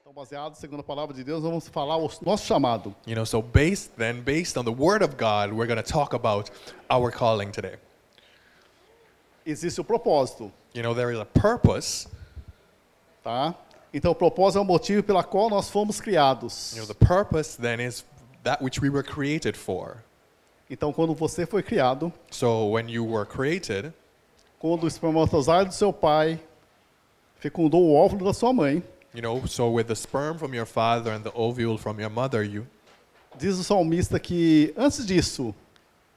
Então, baseado segundo a palavra de Deus, vamos falar o nosso chamado. You know, so based then based on the word of God, we're going to talk about our calling today. Existe o propósito, You know, there is a purpose. tá? Então, o propósito é o motivo pela qual nós fomos criados. You know, the purpose then is that which we were created for. Então, quando você foi criado, So when you were created, quando o espermatozoide do seu pai fecundou o óvulo da sua mãe, you know, so with the sperm from your father and the ovule from your mother, you diz o salmista que antes disso,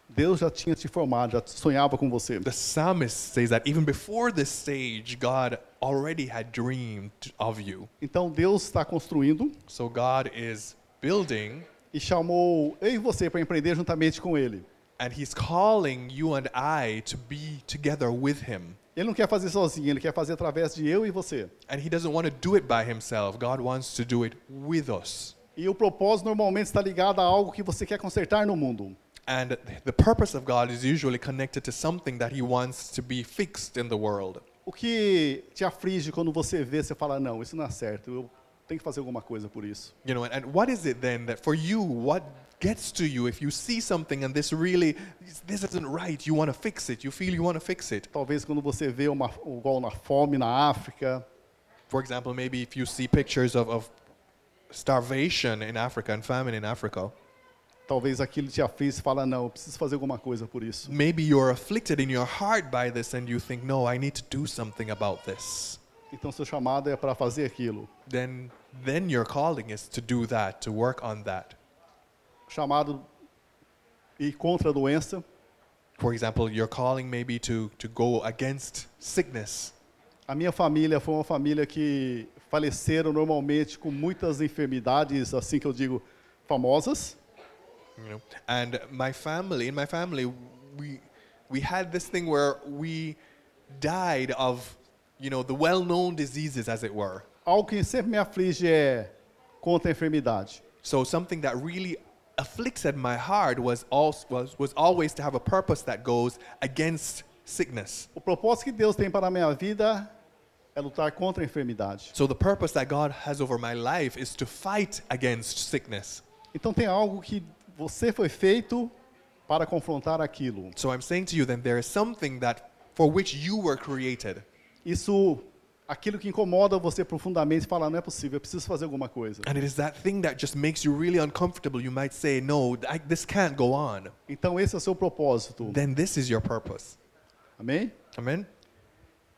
Deus já tinha te formado, já sonhava com você. the psalmist says that even before this stage, God already had dreamed of you. Então, Deus está construindo So God is building e chamou eu e você para empreender juntamente com Ele. and he's calling you and I to be together with him. Ele não quer fazer sozinho, ele quer fazer através de eu e você. And he doesn't want to do it by himself. God wants to do it with us. E o propósito normalmente está ligado a algo que você quer consertar no mundo. And the purpose of God is usually connected to something that he wants to be fixed in the world. O que te aflige quando você vê, você fala, não, isso não é certo, eu tenho que fazer alguma coisa por isso. You know, and, and what is it then that for you, what gets to you if you see something and this really, this isn't right, you want to fix it, you feel you want to fix it? Talvez quando você vê uma, igual na fome na África, For example, maybe if you see pictures of, of starvation in Africa and famine in Africa, talvez aquilo te aflige e fala, não, eu preciso fazer alguma coisa por isso. maybe you're afflicted in your heart by this and you think, no, I need to do something about this. Então seu chamado é para fazer aquilo. Then, then your calling is to do that, to work on that. Chamado e contra a doença, For example, your calling maybe to, to go against sickness. A minha família foi uma família que faleceram normalmente com muitas enfermidades, assim que eu digo, famosas. you know and my family in my family we we had this thing where we died of you know the well-known diseases as it were Algo que sempre me aflige é contra a enfermidade. so something that really afflicted my heart was also was, was always to have a purpose that goes against sickness O propósito que Deus tem para a minha vida é lutar contra a enfermidade. so the purpose that god has over my life is to fight against sickness Então tem algo que você foi feito para confrontar aquilo. so i'm saying to you then there is something that for which you were created Isso, aquilo que incomoda você profundamente, fala não é possível, eu preciso fazer alguma coisa. and it is that thing that just makes you really uncomfortable you might say no I, this can't go on Então esse é o seu propósito. then this is your purpose. Amém? Amen?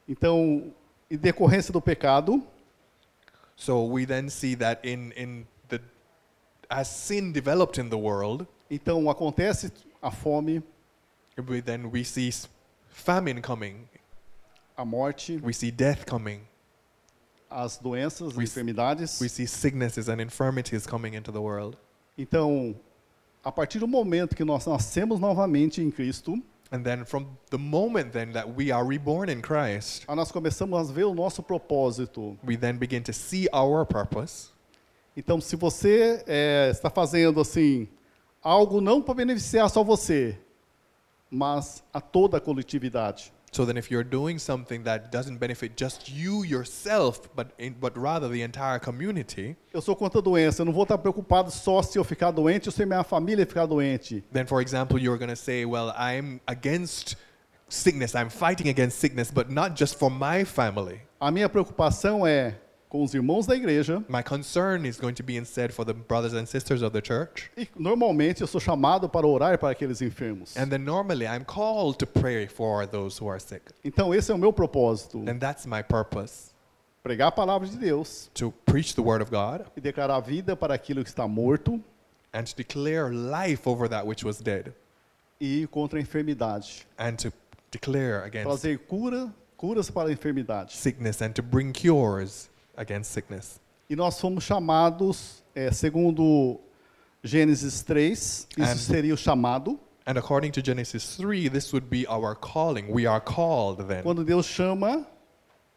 Então, em decorrência do pecado, So we then see that in, in the as sin developed in the world, Então acontece a fome, we then we see s- famine coming, a morte, we see death coming, as doenças, as We- enfermidades. we see sicknesses and infirmities coming into the world. Então, a partir do momento que nós nascemos novamente em Cristo, And then from the moment then that we are reborn in Christ, aí nós começamos a ver o nosso propósito. we then begin to see our purpose. Então, se você eh, está fazendo assim algo não para beneficiar só você, mas a toda a coletividade, So then if you're doing something that doesn't benefit just you yourself, but in, but rather the entire community, eu sou contra a doença, eu não vou estar preocupado só se eu ficar doente ou se minha família ficar doente. then for example you're going to say well i'm against sickness i'm fighting against sickness but not just for my family A minha preocupação é com os irmãos da igreja, my concern is going to be instead for the brothers and sisters of the church E normalmente eu sou chamado para orar para aqueles enfermos. and then normally i'm called to pray for those who are sick Então esse é o meu propósito, and that's my purpose pregar a palavra de Deus to preach the word of god e declarar vida para aquilo que está morto and to declare life over that which was dead e contra a enfermidade. and to declare against Trazer cura, curas para a enfermidade. sickness and to bring cures against sickness E nós fomos chamados, é, segundo Gênesis 3, isso And- seria o chamado. and according to genesis 3 this would be our calling we are called then Quando Deus chama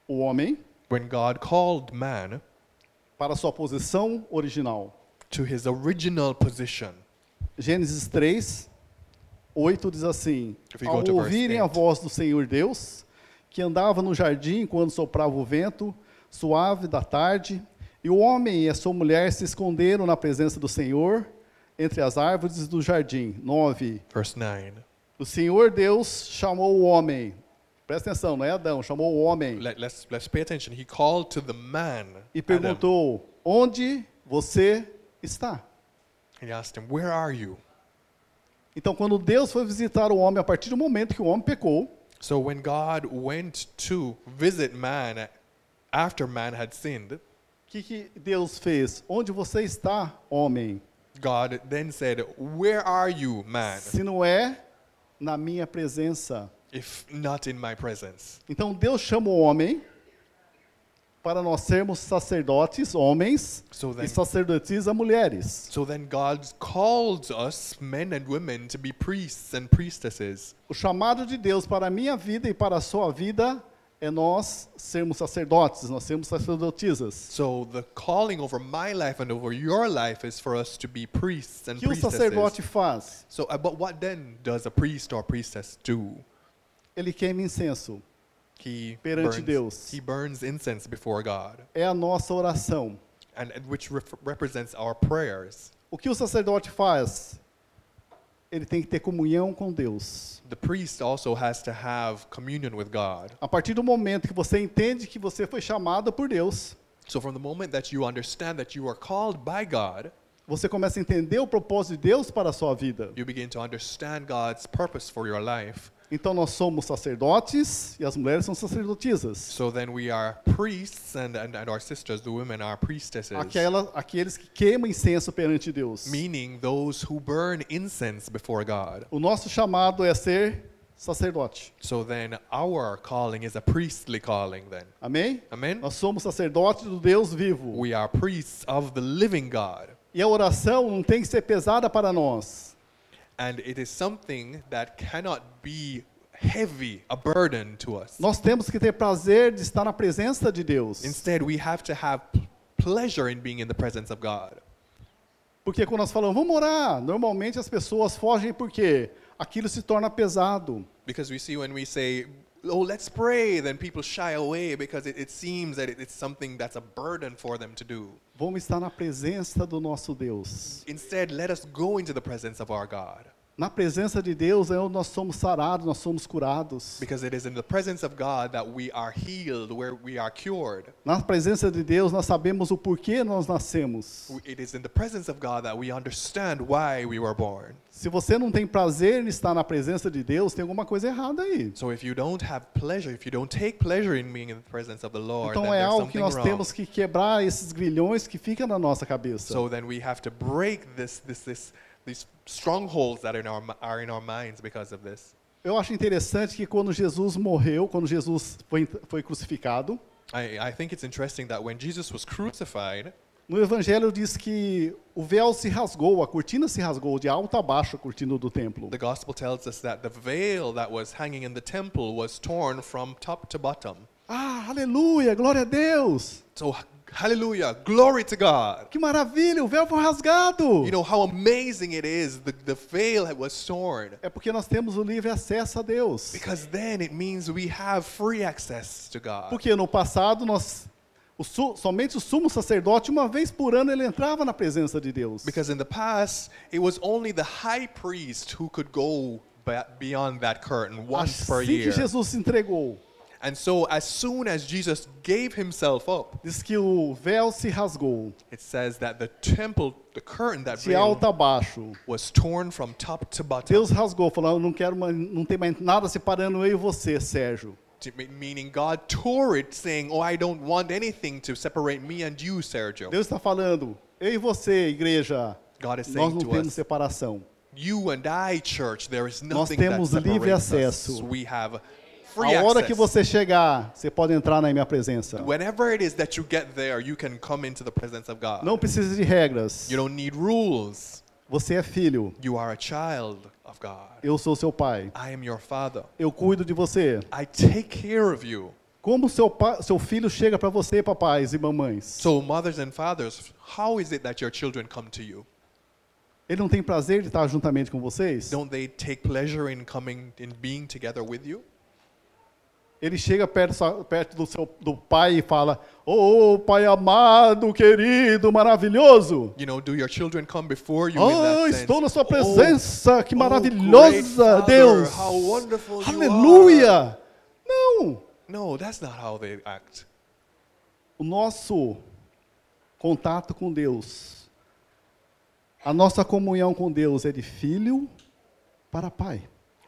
o homem when God called man para a sua posição original. to his original position. Gênesis 3, 8 diz assim: If you go Ao to verse ouvirem a 8. voz do Senhor Deus, que andava no jardim quando soprava o vento suave da tarde, E o homem e a sua mulher se esconderam na presença do Senhor entre as árvores do jardim. 9. Verse 9. O Senhor Deus chamou o homem. Presta atenção, não é Adão, chamou o homem Let, let's, let's pay attention. He called to the man. e Adam, perguntou: Onde você está? and he asked him, Where are you? Então, quando Deus foi visitar o homem, a partir do momento que o homem pecou, So when God went to visit man after man had sinned, o que, que Deus fez? Onde você está, homem? God then said, Where are you, man, Se não é na minha presença. if not in my presence? Então Deus chama o homem para nós sermos sacerdotes, homens, So e then, sacerdotisa, mulheres. so then God called us, men and women, to be priests and priestesses. O chamado de Deus para a minha vida e para a sua vida é nós sermos sacerdotes, nós sermos sacerdotisas. So the calling over my life and over your life is for us to be priests O and que o priestesses. sacerdote faz? So, uh, but what then does a priest or priestess do? Ele queima incenso. He Perante burns, Deus. he burns incense before God, É a nossa oração. and, and which ref- represents our prayers. O que o sacerdote faz? Ele tem que ter comunhão com Deus. The priest also has to have communion with God. A partir do momento que você entende que você foi chamado por Deus, So, from the moment that you understand that you are called by God, você começa a entender o propósito de Deus para a sua vida. you begin to understand God's purpose for your life. Então nós somos sacerdotes e as mulheres são sacerdotisas. So then we are priests, and, and, and our sisters, the women, are priestesses. Aquela, aqueles que queimam incenso perante Deus. Meaning those who burn incense before God. O nosso chamado é ser sacerdote. So then our calling is a priestly calling then. Amém? Amen? Nós somos sacerdotes do Deus vivo. We are priests of the living God. E a oração não tem que ser pesada para nós. And it is something that cannot be heavy, a burden to us. Nós temos que ter prazer de estar na presença de Deus. Instead, we have to have p- pleasure in being in the presence of God. Porque quando nós falamos, vamos orar, normalmente as pessoas fogem porque aquilo se torna pesado. Because we see when we say, oh, let's pray, then people shy away because it, it seems that it, it's something that's a burden for them to do. Vamos estar na presença do nosso Deus. Instead, let us go into the presence of our God. Na presença de Deus é onde nós somos sarados, nós somos curados. Because it is in the presence of God that we are healed, where we are cured. Na presença de Deus nós sabemos o porquê nós nascemos. W- It is in the presence of God that we understand why we were born. Se você não tem prazer em estar na presença de Deus, tem alguma coisa errada aí. So if you don't have pleasure, if you don't take pleasure in being in the presence of the Lord, Então then é there's algo que something nós wrong. temos que quebrar esses grilhões que ficam na nossa cabeça. So then we have to break this, this, this, these strongholds that are in our, mi- are in our minds because of this. Eu acho interessante que quando Jesus morreu, quando Jesus foi, foi crucificado, I, I think it's interesting that when Jesus was crucified, no Evangelho diz que o véu se rasgou, a cortina se rasgou de alto a baixo, a cortina do templo. the gospel tells us that the veil that was hanging in the temple was torn from top to bottom. Ah, aleluia, glória a Deus! So h- hallelujah, glory to God. Que maravilha, o véu foi rasgado! You know how amazing it is the, the veil that was torn. É porque nós temos o livre acesso a Deus. Because then it means we have free access to God. Porque no passado nós o su- somente o sumo sacerdote uma vez por ano ele entrava na presença de Deus. Because in the past, it was only the high priest who could go ba- beyond that curtain once per Assim que year. Jesus se entregou, And so, as soon as Jesus gave himself up, diz que o véu se rasgou it says that the temple, the curtain that de veil, alto a baixo. was torn from top to bottom, Deus rasgou, falou: "Eu não quero mais, não tem mais nada separando eu e você, Sérgio. t- me- meaning God tore it, saying, Oh, I don't want anything to separate me and you, Sergio. Deus está falando: "Eu e você, igreja, God is nós saying não to temos us, separação. You and I, church, there is Nós nothing that temos livre separates us. acesso. We have free A hora que access. você chegar, você pode entrar na minha presença. Whenever it is that you get there, you can come into the presence of God. Não precisa de regras. You don't need rules. Você é filho. You are a child of God. Eu sou seu pai. I am your father. Eu cuido de você." I take care of you. Como seu, pa- seu filho chega para você, papais e mamães? So, mothers and fathers, how is it that your children come to you? Ele não tem prazer de estar juntamente com vocês? Don't they take pleasure in coming, in being together with you? Ele chega perto, sua- perto do, seu, do pai e fala: Ô pai amado, querido, maravilhoso! You know, do your children come before you in Ah, that estou na sense? sua presença, que oh, great maravilhosa, Father, Deus! how wonderful you Aleluia! Não! No, that's not how they act. O nosso contato com Deus, a nossa comunhão com Deus é de filho para pai.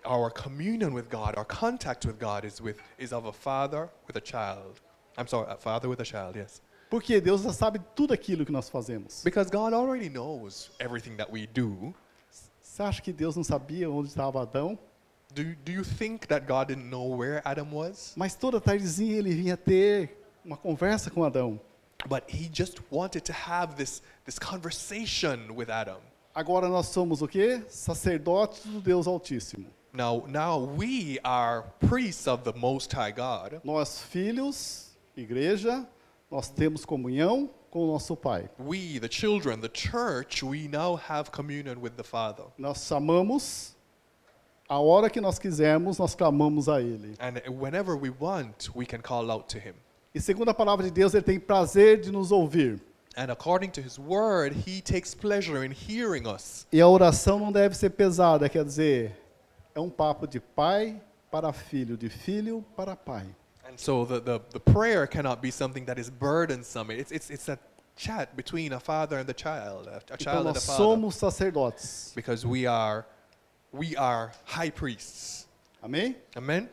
Our communion with God, our contact with God is with is of a father with a child. I'm sorry, a father with a child, yes. Porque Deus já sabe tudo aquilo que nós fazemos. Because God already knows everything that we do. Você acha que Deus não sabia onde estava Adão? Do you, do you think that God didn't know where Adam was? Mas toda tardezinha ele vinha ter uma conversa com Adão. But he just wanted to have this this conversation with Adam. Agora nós somos o quê? Sacerdotes do Deus Altíssimo. Now, now we are priests of the Most High God. Nós, filhos, igreja, nós temos comunhão com o nosso Pai. We, the children, the church, we now have communion with the Father. Nós chamamos, a hora que nós quisermos, nós clamamos a Ele. And whenever we want, we can call out to Him. E segundo a palavra de Deus, Ele tem prazer de nos ouvir. And according to His word, He takes pleasure in hearing us. E a oração não deve ser pesada, quer dizer, é um papo de pai para filho, de filho para pai. And so the, the, the prayer cannot be something that is burdensome. It's, it's, it's a chat between a father and the child, a, Então a child and nós a father. somos sacerdotes. Because we are, we are high priests. Amém? Amen?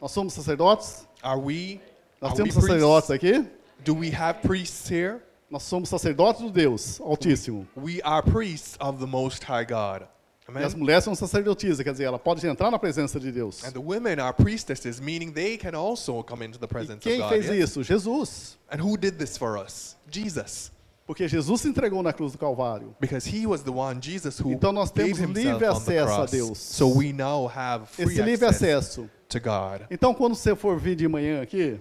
Nós somos sacerdotes? Are we? Nós Are we temos sacerdotes priests? aqui? Do we have priests here? Nós somos sacerdotes do Deus Altíssimo. We are priests of the Most High God. E as Amen. mulheres são sacerdotisas, quer dizer, ela pode entrar na presença de Deus. And the women are priestesses, meaning they can also come into the E presence of quem God. fez yes? isso? Jesus. And who did this for us? Jesus. Porque Jesus se entregou na cruz do Calvário. Because he was the one, Jesus, who Então nós gave temos himself livre on the acesso a cross. Deus. So we now have free Esse livre access acesso. to God. Então, quando você for vir de manhã aqui,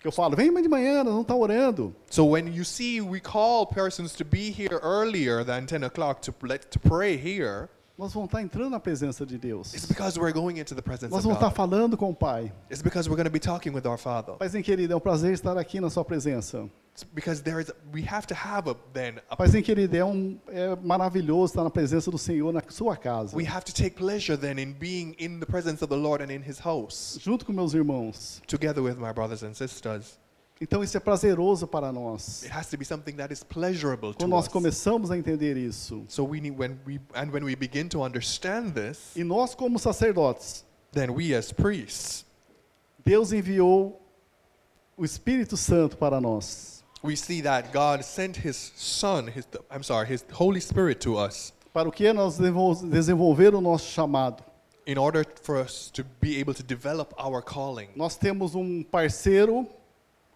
que eu falo, vem de manhã, nós não estamos orando. So when you see we call persons to be here earlier than 10 o'clock to, let, to pray here, Nós vamos estar entrando na presença de it's Deus. because we're going into the presence Nós of vamos God. estar falando com o Pai. It's because we're going to be talking with our Father. Paizinho querido, é um prazer estar aqui na sua presença. It's because there is, we have to have a, then a Paizinho querido, é, um, é maravilhoso estar na presença do Senhor na sua casa. We have to take pleasure then in being in the presence of the Lord and in his house, Junto com meus irmãos. together with my brothers and sisters. Então isso é prazeroso para nós. It has to be something that is pleasurable Quando to nós us. começamos a entender isso. So we need when we and when we begin to understand this, E nós, como sacerdotes, then we as priests, Deus enviou o Espírito Santo para nós, we see that God sent his son, his I'm sorry, his Holy Spirit to us para o que nós devo- desenvolver o nosso chamado. in order for us to be able to develop our calling. Nós temos um parceiro,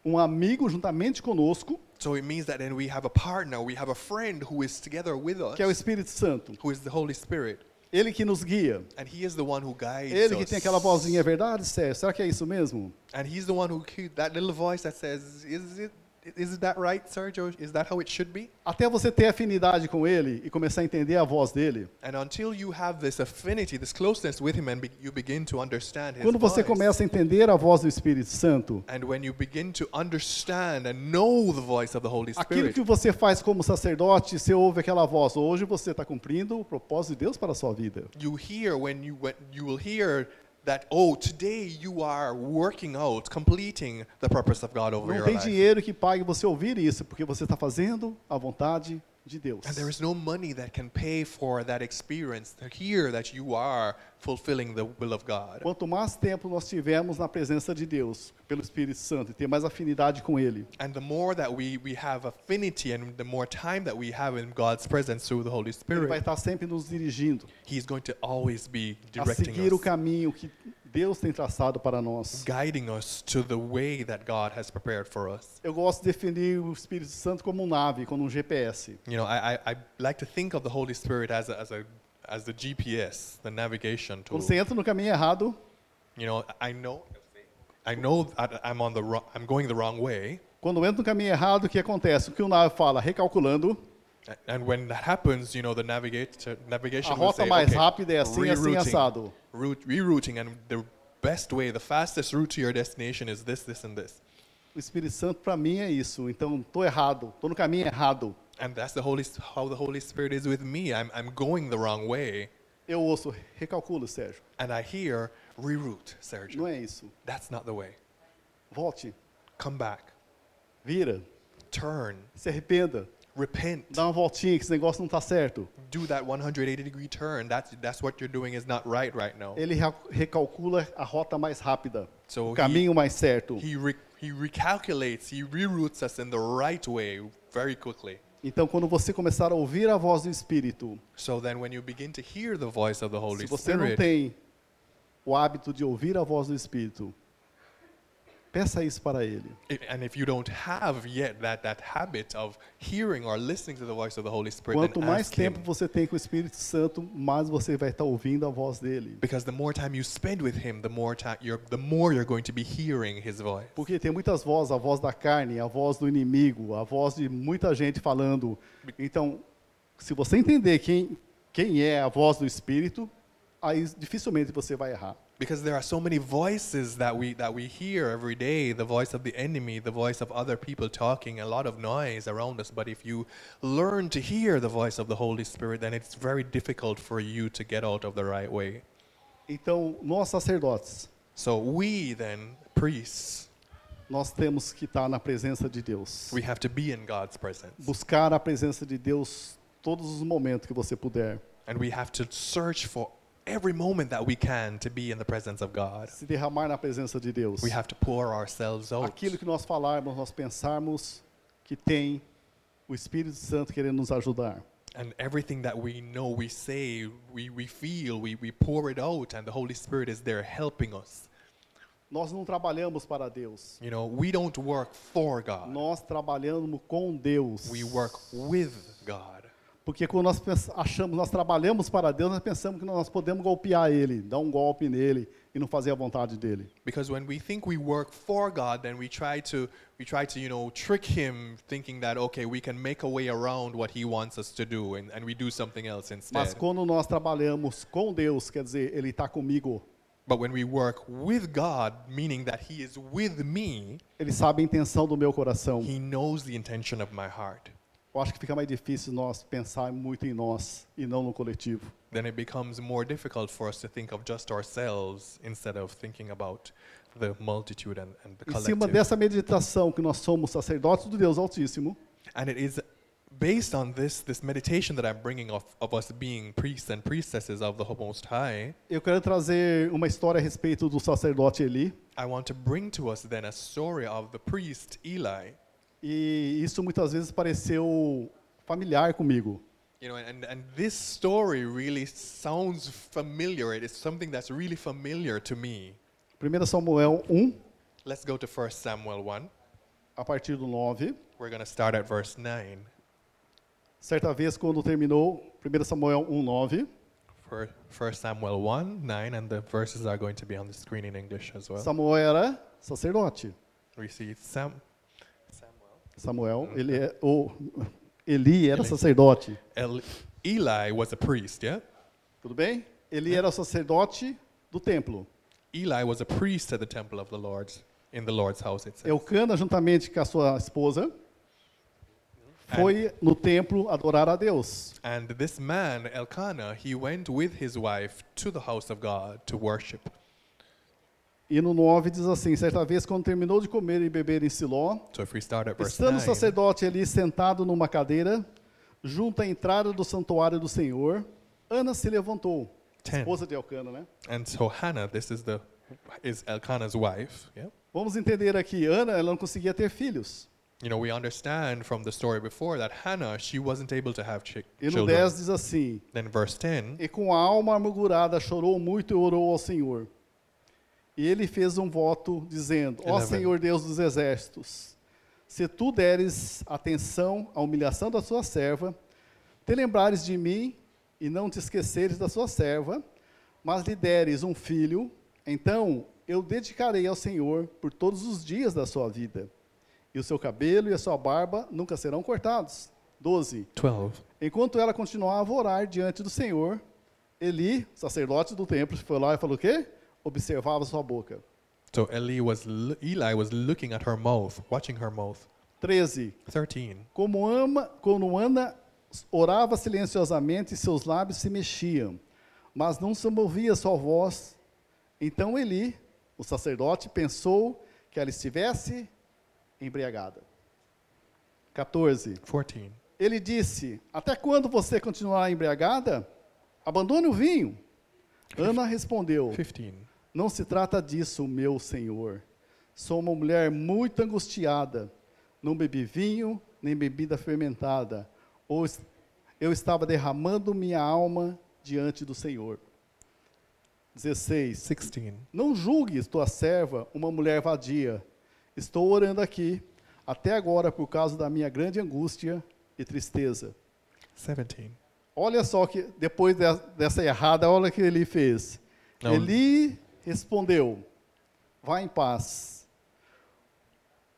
um amigo juntamente conosco, So it means that then we have a partner, we have a friend who is together with us, que é o Espírito Santo. who is the Holy Spirit, Ele que nos guia. and he is the one who guides Ele que us. tem aquela vozinha, é verdade, Sérgio? Será que é isso mesmo? And he's the one who cu- that little voice that says, "Is it is that right, Sergio? Is that how it should be?" Até você ter afinidade com ele e começar a entender a voz dele, And until you have this affinity, this closeness with him, and be, you begin to understand his quando você voice, começa a entender a voz do Espírito Santo, and when you begin to understand and know the voice of the Holy aquilo Spirit, que você faz como sacerdote, você ouve aquela voz. Hoje você está cumprindo o propósito de Deus para a sua vida. you hear when you when you will hear that oh today you are working out, completing the purpose of God over Não your tem life. dinheiro que pague você ouvir isso, porque você está fazendo a vontade de Deus. And there is no money that can pay for that experience to hear that you are fulfilling the will of God. Quanto mais tempo nós tivermos na presença de Deus, pelo Espírito Santo, e ter mais afinidade com Ele, And the more that we, we have affinity and the more time that we have in God's presence through the Holy Ele vai Spirit, estar sempre nos dirigindo He's going to always be a directing seguir o us, caminho que Deus tem traçado para nós. guiding us to the way that God has prepared for us. Eu gosto de definir o Espírito Santo como um nave, como um GPS. You know, I, I, I like to think of the Holy Spirit as a, as a as the GPS, the navigation tool. Quando você entra no caminho errado, You know, I know, I know that I'm on the wrong, I'm going the wrong way, quando entra no caminho errado, o que acontece? O que o nave fala? Recalculando. A- and when that happens, you know, the navigator A navigation will rota say, mais okay, rápida é assim, assim, rerouting, assado. route, rerouting, and the best way, the fastest route to your destination is this, this, and this. O Espírito Santo para mim é isso. Então estou errado, estou no caminho errado. And that's the Holy, how the Holy Spirit is with me. I'm, I'm going the wrong way. Eu ouço, recalcula, Sérgio. And I hear, reroute, Sergio. Não é isso. That's not the way. Volte, Come back. vira, Turn. se arrependa, Repent. dá uma voltinha que esse negócio não está certo. Do that 180 degree turn. That's, that's what you're doing is not right right now. Ele ra- recalcula a rota mais rápida, So o he- caminho mais certo. He, re- he recalculates, he reroutes us in the right way very quickly. Então, quando você começar a ouvir a voz do Espírito, So then, when you begin to hear the voice of the se Holy você não Spirit, tem o hábito de ouvir a voz do Espírito, peça isso para Ele. i- and if you don't have yet that, that habit of hearing or listening to the voice of the Holy Spirit, Quanto then mais ask tempo him. você tem com o Espírito Santo, mais você vai estar ouvindo a voz dele. Because the more time you spend with Him, the more time you're, the more you're going to be hearing His voice. Porque tem muitas vozes, a voz da carne, a voz do inimigo, a voz de muita gente falando. Então, se você entender quem, quem é a voz do Espírito, aí dificilmente você vai errar. Because there are so many voices that we that we hear every day, the voice of the enemy, the voice of other people talking, a lot of noise around us, but if you learn to hear the voice of the Holy Spirit, then it's very difficult for you to get out of the right way. Então, nós sacerdotes, So we then priests, nós temos que estar na presença de Deus. we have to be in God's presence Buscar a presença de Deus todos os momentos que você puder. and we have to search for every moment that we can to be in the presence of God. Se derramar na presença de Deus. We have to pour ourselves out. Aquilo que nós falarmos, nós pensarmos que tem o Espírito Santo querendo nos ajudar. And everything that we know, we say, we, we feel, we, we pour it out, and the Holy Spirit is there helping us. Nós não trabalhamos para Deus. You know, we don't work for God, Nós trabalhamos com Deus. we work with God. Porque quando nós pens- achamos, nós trabalhamos para Deus, nós pensamos que nós podemos golpear Ele, dar um golpe nele e não fazer a vontade dele. Because when we think we work for God, then we try to we try to, you know, trick him thinking that okay, we can make a way around what he wants us to do and, and we do something else Mas instead. quando nós trabalhamos com Deus, quer dizer, Ele está comigo, But when we work with God, meaning that he is with me, Ele sabe a intenção do meu coração. he knows the intention of my heart. Eu acho que fica mais difícil nós pensar muito em nós e não no coletivo. then it becomes more difficult for us to think of just ourselves instead of thinking about the multitude and, and the Em cima collective. dessa meditação que nós somos sacerdotes do Deus Altíssimo, And it is based on this this meditation that I'm bringing of, of us being priests and priestesses of the Most High. eu quero trazer uma história a respeito do sacerdote Eli. I want to bring to us then a story of the priest Eli. E isso muitas vezes pareceu familiar comigo. You know, and, and this story really sounds familiar. It is something that's really familiar to me. 1 Samuel 1, Let's go to 1 Samuel 1. a partir do 9. We're going to start at verse 9. Certa vez, quando terminou 1 Samuel 1, 9, For 1 Samuel 1, 9, and the verses are going to be on the screen in English as well. Samuel era sacerdote. we see Sam, Samuel, ele é, ou Eli era sacerdote. El, Eli was a priest, yeah? Tudo bem? Eli era o sacerdote do templo. Eli was a priest at the temple of the Lord, in the Lord's house, it says. Eucana, É juntamente com a sua esposa, foi no templo adorar a Deus. And this man, Elkanah, he went with his wife to the house of God to worship. E no 9 diz assim: certa vez, quando terminou de comer e beber em Siló, So if we start at verse Estando o 9, sacerdote ali sentado numa cadeira, junto à entrada do santuário do Senhor, Ana se levantou. Ten. Esposa de Elcana, né? and so Hannah, this is the is Elkanah's wife, yeah? Vamos entender aqui, Ana, ela não conseguia ter filhos. You know, we understand from the story before that Hannah, she wasn't able to have chi- E no children. 10 diz assim: Then verse 10, E com a alma amargurada chorou muito e orou ao Senhor. E ele fez um voto dizendo: Ó Eleven. Senhor Deus dos exércitos, se tu deres atenção à humilhação da sua serva, te lembrares de mim e não te esqueceres da sua serva, mas lhe deres um filho, então eu dedicarei ao Senhor por todos os dias da sua vida. E o seu cabelo e a sua barba nunca serão cortados. 12. 12. Enquanto ela continuava a orar diante do Senhor, Eli, sacerdote do templo, foi lá e falou o quê? observava sua boca. So Eli was l- Eli was looking at her mouth, watching her mouth. 13. 13. Como ama, quando Ana orava silenciosamente, seus lábios se mexiam, mas não se movia sua voz. Então Eli, o sacerdote, pensou que ela estivesse embriagada. 14. 14. Ele disse: Até quando você continuará embriagada? Abandone o vinho. Ana respondeu: 15. Não se trata disso, meu senhor. Sou uma mulher muito angustiada. Não bebi vinho, nem bebida fermentada. Ou es- eu estava derramando minha alma diante do Senhor. 16. 16. Não julgues tua serva uma mulher vadia. Estou orando aqui, até agora, por causa da minha grande angústia e tristeza. 17. Olha só que depois de- dessa errada, olha o que ele fez. Não. Eli respondeu: Vá em paz.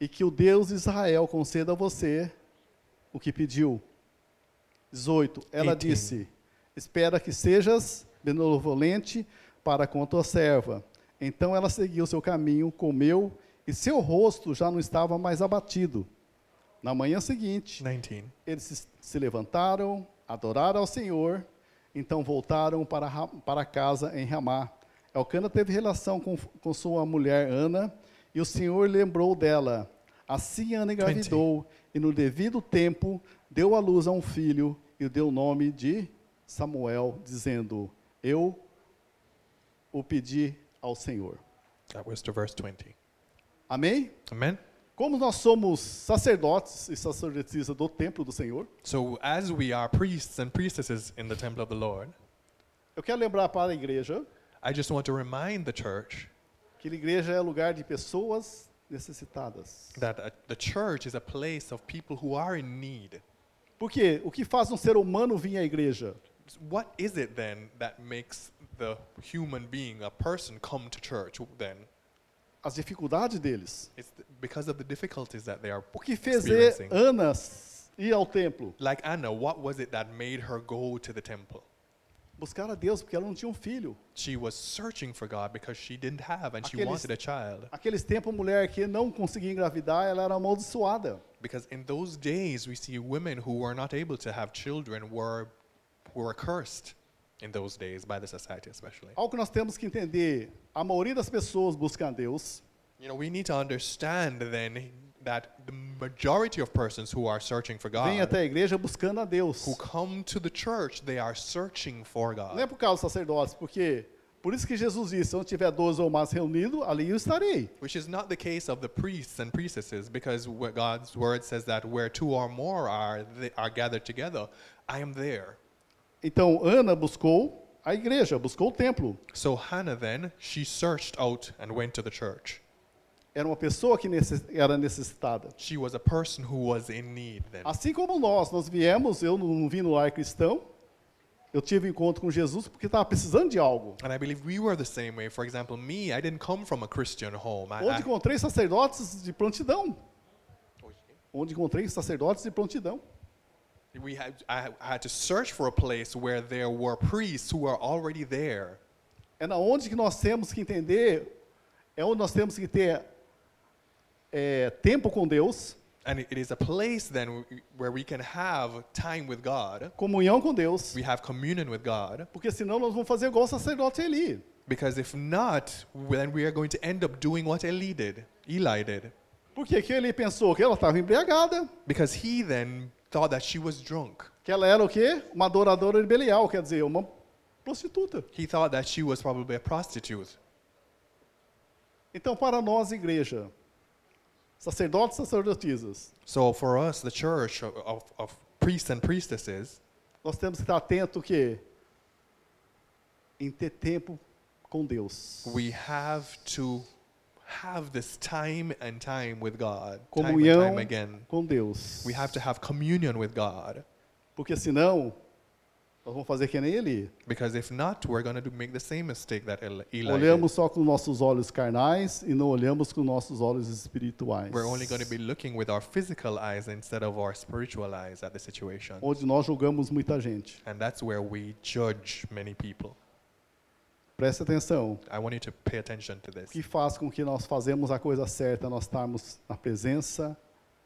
E que o Deus de Israel conceda a você o que pediu. 18. Ela 18. disse: Espera que sejas benevolente para com a tua serva. Então ela seguiu seu caminho, comeu, e seu rosto já não estava mais abatido. Na manhã seguinte, 19. eles se- se levantaram, adoraram ao Senhor, então voltaram para, Ra- para casa em Ramá. Elcana teve relação com, com sua mulher Ana, e o Senhor lembrou dela. Assim Ana engravidou, e no devido tempo deu à luz a um filho, e deu o nome de Samuel, dizendo: Eu o pedi ao Senhor. That was to verse 20. Amém? Amen. Como nós somos sacerdotes e sacerdotisas do templo do Senhor, So as we are priests and priestesses in the temple of the Lord, eu quero lembrar para a igreja I just want to remind the church que a igreja é lugar de pessoas necessitadas. that uh, the church is a place of people who are in need. Porque o que faz um ser humano vir à igreja? What is it then that makes the human being, a person, come to church then? As dificuldades deles. It's th- because of the difficulties that they are O que fez experiencing. Ana s- ir ao templo? Like Anna, what was it that made her go to the temple? Buscar a Deus, porque ela não tinha um filho. She was searching for God because she didn't have and she Aqueles- wanted a child. Aqueles tempos, a mulher que não conseguia engravidar, ela era amaldiçoada. Because in those days, we see women who were not able to have children were, were cursed in those days by the society, especially. Algo que nós temos que entender, a maioria das pessoas busca a Deus, You know, we need to understand then that the majority of persons who are searching for vem até God, a igreja buscando a Deus. who come to the church, they are searching for Não é God. por causa dos sacerdotes, porque por isso que Jesus disse, onde tiver 12 ou mais reunidos, ali eu estarei. Which is not the case of the priests and priestesses, because wh- God's word says that where two or more are, they are gathered together, I am there. Então Ana buscou a igreja, buscou o templo. So Hannah then, she searched out and went to the church. Era uma pessoa que necess- era necessitada. She was a person who was in need then. Assim como nós, nós viemos, eu não não vim no lar cristão, eu tive um encontro com Jesus porque estava precisando de algo. And I believe we were the same way. For example, me, I didn't come from a Christian home. I, Onde I, encontrei sacerdotes de prontidão. Onde encontrei sacerdotes de prontidão. we had, I, I had to search for a place where there were priests who were already there. É na onde que nós temos que entender, é onde nós temos que ter é, tempo com Deus, And it- it is a place then where we can have time with God. comunhão com Deus, We have communion with God. porque senão nós vamos fazer igual o sacerdote Eli. Because if not, then we are going to end up doing what Eli did. Eli did. Porque que ele pensou que ela estava embriagada, Because he then thought that she was drunk. que ela era o quê? Uma adoradora de Belial, quer dizer, uma prostituta. He thought that she was probably a prostitute. Então, para nós, igreja, sacerdotes e sacerdotisas, So for us, the church of, of, of priests and priestesses, nós temos que estar atento que em ter tempo com Deus. we have to have this time and time with God, time and Comunhão time again. com Deus. We have to have communion with God Porque senão, nós vamos fazer que nem ele. because if not, we're going to make the same mistake that Eli Eli did. Olhamos só com nossos olhos carnais e não olhamos com nossos olhos espirituais. We're only going to be looking with our physical eyes instead of our spiritual eyes at the situation. Onde nós julgamos muita gente. And that's where we judge many people. Preste atenção. I want you to pay attention to this. O que faz com que nós fazemos a coisa certa, nós estarmos na presença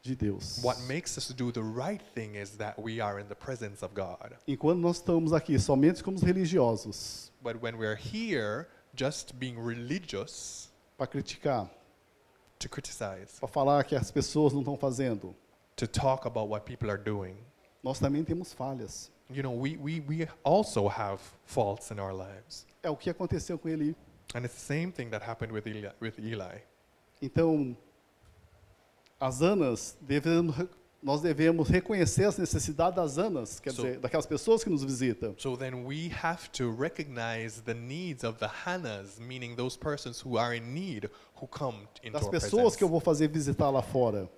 de Deus. What makes us do the right thing is that we are in the presence of God. Enquanto nós estamos aqui somente como os religiosos, But when we're here just being religious para criticar, to criticize, para falar que as pessoas não estão fazendo, to talk about what people are doing, nós também temos falhas. you know, we, we, we also have faults in our lives. É o que aconteceu com ele. And it's the same thing that happened with Eli. With Eli. Então, as anas, devemos, re- nós devemos reconhecer as necessidades das anas, quer So- dizer, daquelas pessoas que nos visitam. So then we have to recognize the needs of the Hannahs, meaning those persons who are in need, who come into Das our pessoas presence, que eu vou fazer visitar lá fora.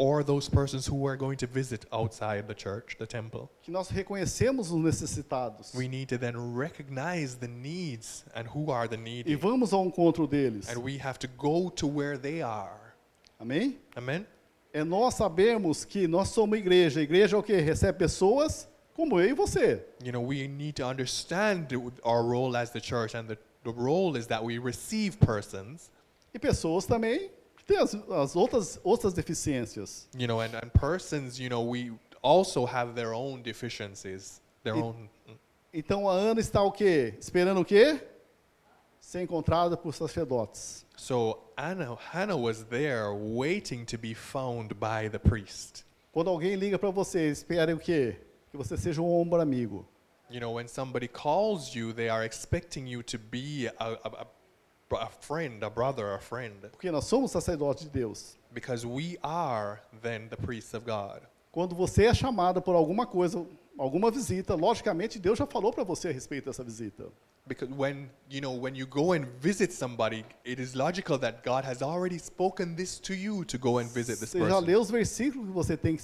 or those persons who are going to visit outside the church, the temple. Que nós reconhecemos os necessitados. We need to then recognize the needs and who are the E needy, vamos ao encontro deles. and we have to go to where they are. Amém? Amen. É nós sabermos que nós somos igreja. Igreja é o que? Recebe pessoas como eu e você. You know, we need to understand th- our role as the church, and the, the role is that we receive persons, E pessoas também que têm as, as outras, outras deficiências. you know, and, and persons, you know, we also have their own deficiencies, their It- own. mm. Então a Ana está o quê? Esperando o quê? Ser encontrada por sacerdotes. So Anna, Hannah was there waiting to be found by the priest. Quando alguém liga para você, espere o quê? Que você seja um ombro amigo. You know, when somebody calls you, they are expecting you to be a, a, a, a friend, a brother, a friend, Porque nós somos sacerdotes de Deus. because we are then the priests of God. Quando você é chamado por alguma coisa, alguma visita, logicamente Deus já falou para você a respeito dessa visita. Because when you know when you go and visit somebody, it is logical that God has already spoken this to you to go and visit this Você já person. leu os versículos que você tem que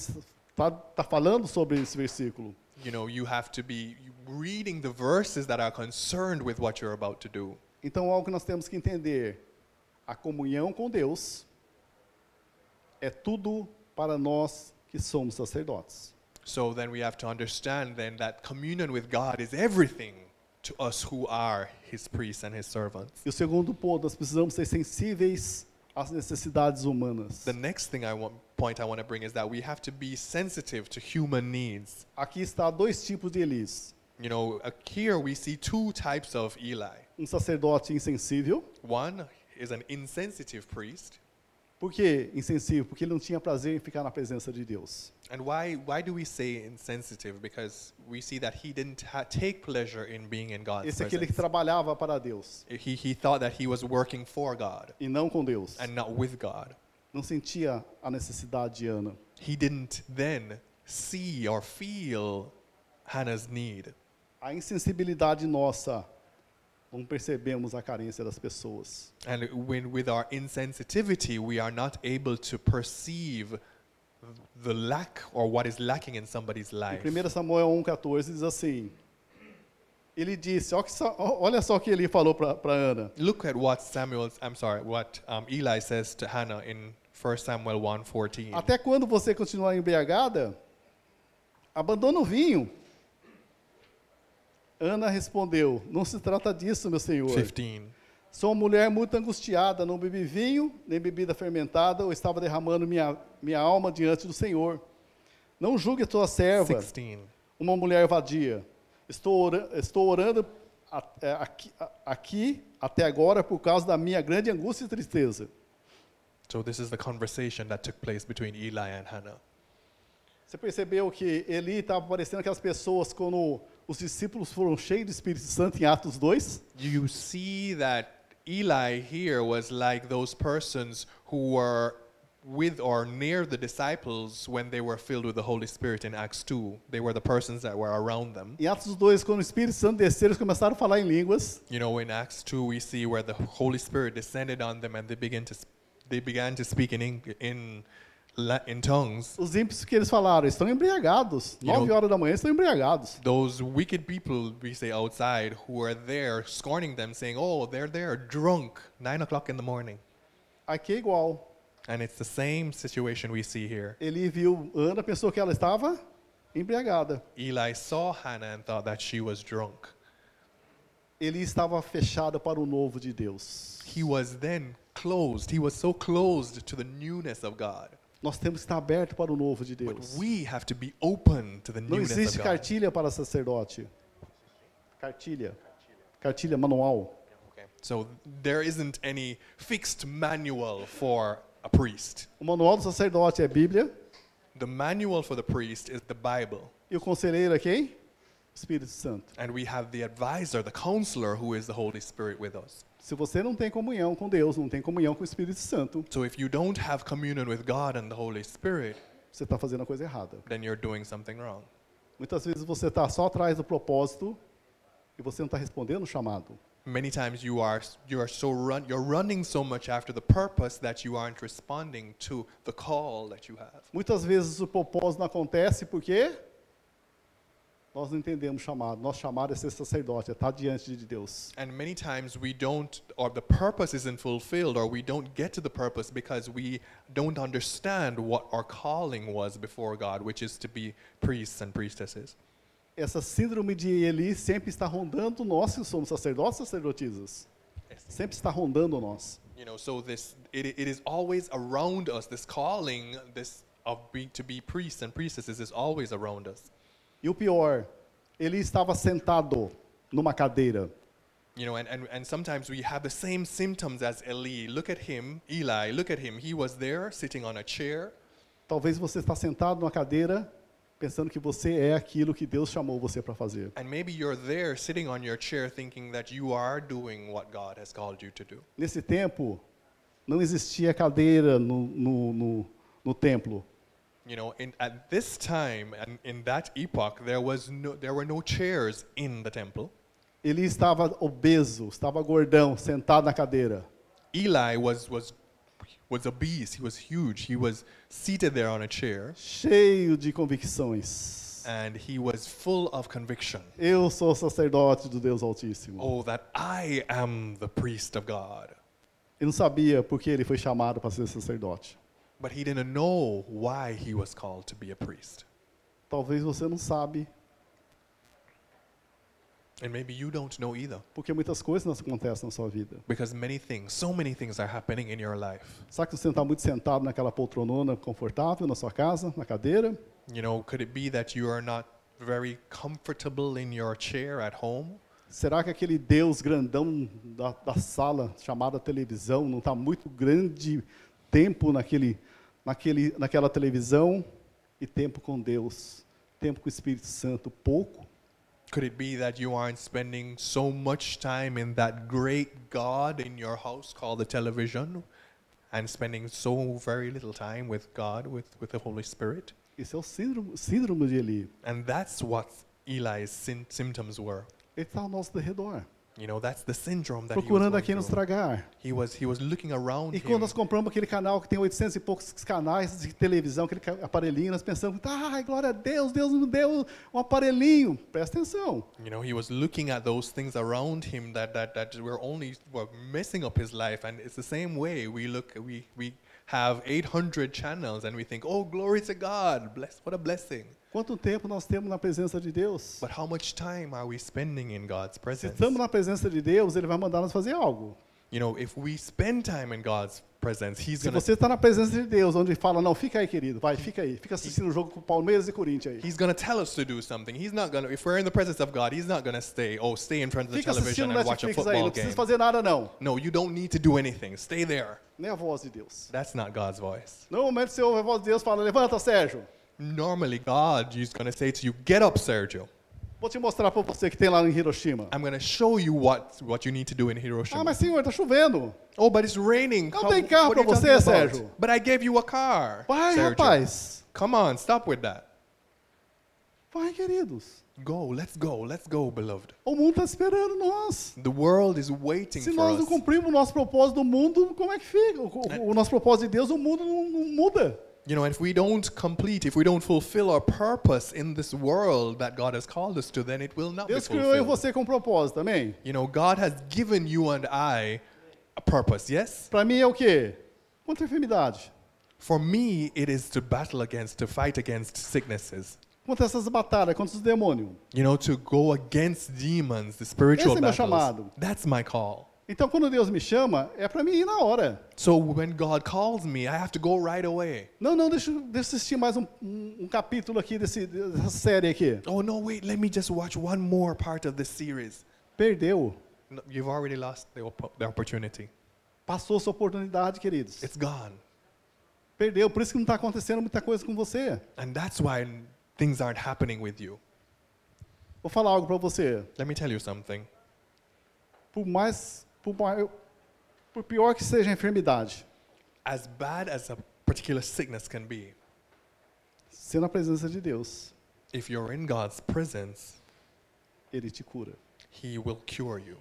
tá, tá falando sobre esse versículo. You know, you have to be reading the verses that are concerned with what you're about to do. Então, algo que nós temos que entender: a comunhão com Deus é tudo para nós que somos sacerdotes. So then we have to understand then that communion with God is everything to us who are his priests and his servants. E o segundo ponto, nós precisamos ser sensíveis às necessidades humanas. The next thing I want point I want to bring is that we have to be sensitive to human needs. Aqui está dois tipos de Elis: You know, uh, here we see two types of Eli. um sacerdote insensível. One is an insensitive priest. Por que insensível? Porque ele não tinha prazer em ficar na presença de Deus. And why why do we say insensitive? Because we see that he didn't ha- take pleasure in being in God's Esse é aquele que presence. trabalhava para Deus He he thought that he was working for God e não com Deus. and not with God. Não sentia a necessidade de Ana. He didn't then see or feel Hannah's need. A insensibilidade nossa, não percebemos a carência das pessoas. And when with our insensitivity, we are not able to perceive the lack or what is lacking in somebody's Em life. 1 Samuel 1,14 diz assim: Ele disse, ó que só- ó- olha só o que ele falou para Ana. Look at what Samuel, I'm sorry, what um, Eli says to Hannah in 1 Samuel 1:14. Até quando você continuar embriagada, abandona o vinho. Ana respondeu: Não se trata disso, meu senhor. 15. Sou uma mulher muito angustiada, não bebi vinho, nem bebida fermentada, ou estava derramando minha, minha alma diante do Senhor. Não julgue a tua serva, 16. uma mulher vadia. Estou, ora- estou orando a- é, aqui, a- aqui até agora por causa da minha grande angústia e tristeza. So this is the conversation that took place between Eli and Hannah. Você percebeu que Eli estava parecendo aquelas pessoas quando os discípulos foram cheios do Espírito Santo em Atos 2? you see that Eli here was like those persons who were with or near the disciples when they were filled with the Holy Spirit in Acts 2. They were the persons that were around them. Em Atos 2, quando o Espírito Santo desceu, eles começaram a falar em línguas. You know, in Acts 2 we see where the Holy Spirit descended on them and they begin to sp- they began to speak in Eng- in la- in tongues. Os ímpios que eles falaram, estão embriagados. You Nove know- horas da manhã estão embriagados. Those wicked people we say outside who are there scorning them, saying, "Oh, they're there drunk, nine o'clock in the morning." Aqui é igual. And it's the same situation we see here. Ele viu Ana, pensou que ela estava embriagada. Eli saw Hannah and thought that she was drunk. ele estava fechado para o novo de Deus. He was then closed. He was so closed to the newness of God. Nós temos que estar aberto para o novo de But Deus. we have to be open to the Não newness existe of God. cartilha para sacerdote. Cartilha. Cartilha, manual. So there isn't any fixed manual for a priest. O manual do sacerdote é a Bíblia. The manual for the priest is the Bible. E o conselheiro é quem? Espírito Santo. And we have the advisor, the counselor, who is the Holy Spirit with us. Se você não tem comunhão com Deus, não tem comunhão com o Espírito Santo, So if you don't have communion with God and the Holy Spirit, você está fazendo a coisa errada. then you're doing something wrong. Muitas vezes você está só atrás do propósito e você não está respondendo o chamado. Many times you are you are so run you're running so much after the purpose that you aren't responding to the call that you have. Muitas vezes o propósito não acontece porque nós não entendemos o chamado. Nosso chamado é ser sacerdote, é estar diante de Deus. And many times we don't, or the purpose isn't fulfilled, or we don't get to the purpose because we don't understand what our calling was before God, which is to be priests and priestesses. Essa síndrome de Eli sempre está rondando nós que somos sacerdotes e sacerdotisas. Sempre está rondando nós. You know, so this it, it is always around us. This calling, this of be, to be priests and priestesses, is always around us. E o pior, ele estava sentado numa cadeira. You know, and, and, and sometimes we have the same symptoms as Eli. Look at him, Eli, look at him. He was there sitting on a chair. Talvez você está sentado numa cadeira pensando que você é aquilo que Deus chamou você para fazer. And maybe you're there sitting on your chair thinking that you are doing what God has called you to do. Nesse tempo, não existia cadeira no, no, no, no templo. You know, in, at this time and in that epoch, there, was no, there were no chairs in the temple. Ele estava obeso, estava gordão, sentado na cadeira. Eli was, was, was obese, he was huge. He was seated there on a chair, cheio de convicções. and he was full of conviction. Eu sou sacerdote do Deus Altíssimo. Oh, that I am the priest of God. Ele não sabia por que ele foi chamado para ser sacerdote. But he didn't know why he was called to be a priest. Talvez você não sabe, And maybe you don't know either. porque muitas coisas não acontecem na sua vida. Because many things, so many things are happening in your life. Sabe que você está muito sentado naquela poltronona confortável na sua casa, na cadeira? You know, could it be that you are not very comfortable in your chair at home? Será que aquele Deus grandão da, da sala, chamada televisão, não está muito grande tempo naquele, naquele, naquela televisão? E tempo com Deus, tempo com o Espírito Santo, pouco? Could it be that you aren't spending so much time in that great God in your house called the television and spending so very little time with God, with, with the Holy Spirit? Esse é o síndrome, síndrome de Eli. And that's what Eli's syn- symptoms were. Ele está ao nosso redor, You know, that's the syndrome that he was procurando a going quem nos through. tragar. He was he was looking around E him. quando nós compramos aquele canal que tem 800 e poucos canais de televisão, aquele ca- aparelhinho, nós pensamos, ai, glória a Deus, Deus nos deu um aparelhinho. Presta atenção. You know, he was looking at those things around him that that that were only were messing up his life. And it's the same way we look we we have 800 channels and we think, "Oh, glory to God. Bless what a blessing." Quanto tempo nós temos na presença de Deus? But how much time are we spending in God's Se presence? estamos na presença de Deus, Ele vai mandar nós fazer algo. You know, if we spend time in God's presence, he's Se going você to está na presença de Deus, onde Ele fala, não, fica aí, querido, vai, fica aí, fica assistindo o jogo com Palmeiras e Corinthians aí. He's gonna tell us to do something. He's not gonna. If we're in the presence of God, He's not gonna stay. Oh, stay in front of the Fica television assistindo and watch Netflix a aí, football não precisa game. fazer nada não. No, you don't need to do anything. Stay there. Nem a voz de Deus. That's not God's voice. No momento você ouve a voz de Deus fala, levanta, Sérgio. Normally, God is going to say to you, Get up, Sergio. Vou te mostrar para você que tem lá em Hiroshima. I'm going to show you what, what you need to do in Hiroshima. Ah, mas senhor, tá chovendo. oh, but it's raining. Não How- tem carro what are you pra talking você, about? Sergio. But I gave you a car. Vai, Sergio. rapaz. Come on, stop with that. Vai, queridos. Go, let's go, let's go, beloved. O mundo está esperando nós. The world is waiting Se for nós não us. cumprirmos o nosso propósito do mundo, como é que fica? O, o- o nosso propósito de Deus, o mundo não, não muda. You know, if we don't complete, if we don't fulfill our purpose in this world that God has called us to, then it will not Deus be criou eu e fulfilled. você com propósito, amém? You know, God has given you and I a purpose, yes? Para mim é o quê? Contra a enfermidade. For me, it is to battle against, to fight against sicknesses. contra essas batalhas, contra os demônios. You know, to go against demons, the spiritual Esse é meu battles. chamado. That's my call. Então, quando Deus me chama, é para mim ir na hora. So when God calls me, I have to go right away. Não, não, deixa, eu- deixa eu assistir mais um, um- um capítulo aqui desse, dessa série aqui. Oh no, wait, let me just watch one more part of this series. Perdeu. No, you've already lost the, op- the opportunity. Passou sua oportunidade, queridos. It's gone. Perdeu. Por isso que não está acontecendo muita coisa com você. And that's why things aren't happening with you. Vou falar algo para você. Let me tell you something. Por mais, por mai- por pior que seja a enfermidade, As bad as a particular sickness can be, se na presença de Deus, if you're in God's presence, Ele te cura. He will cure you.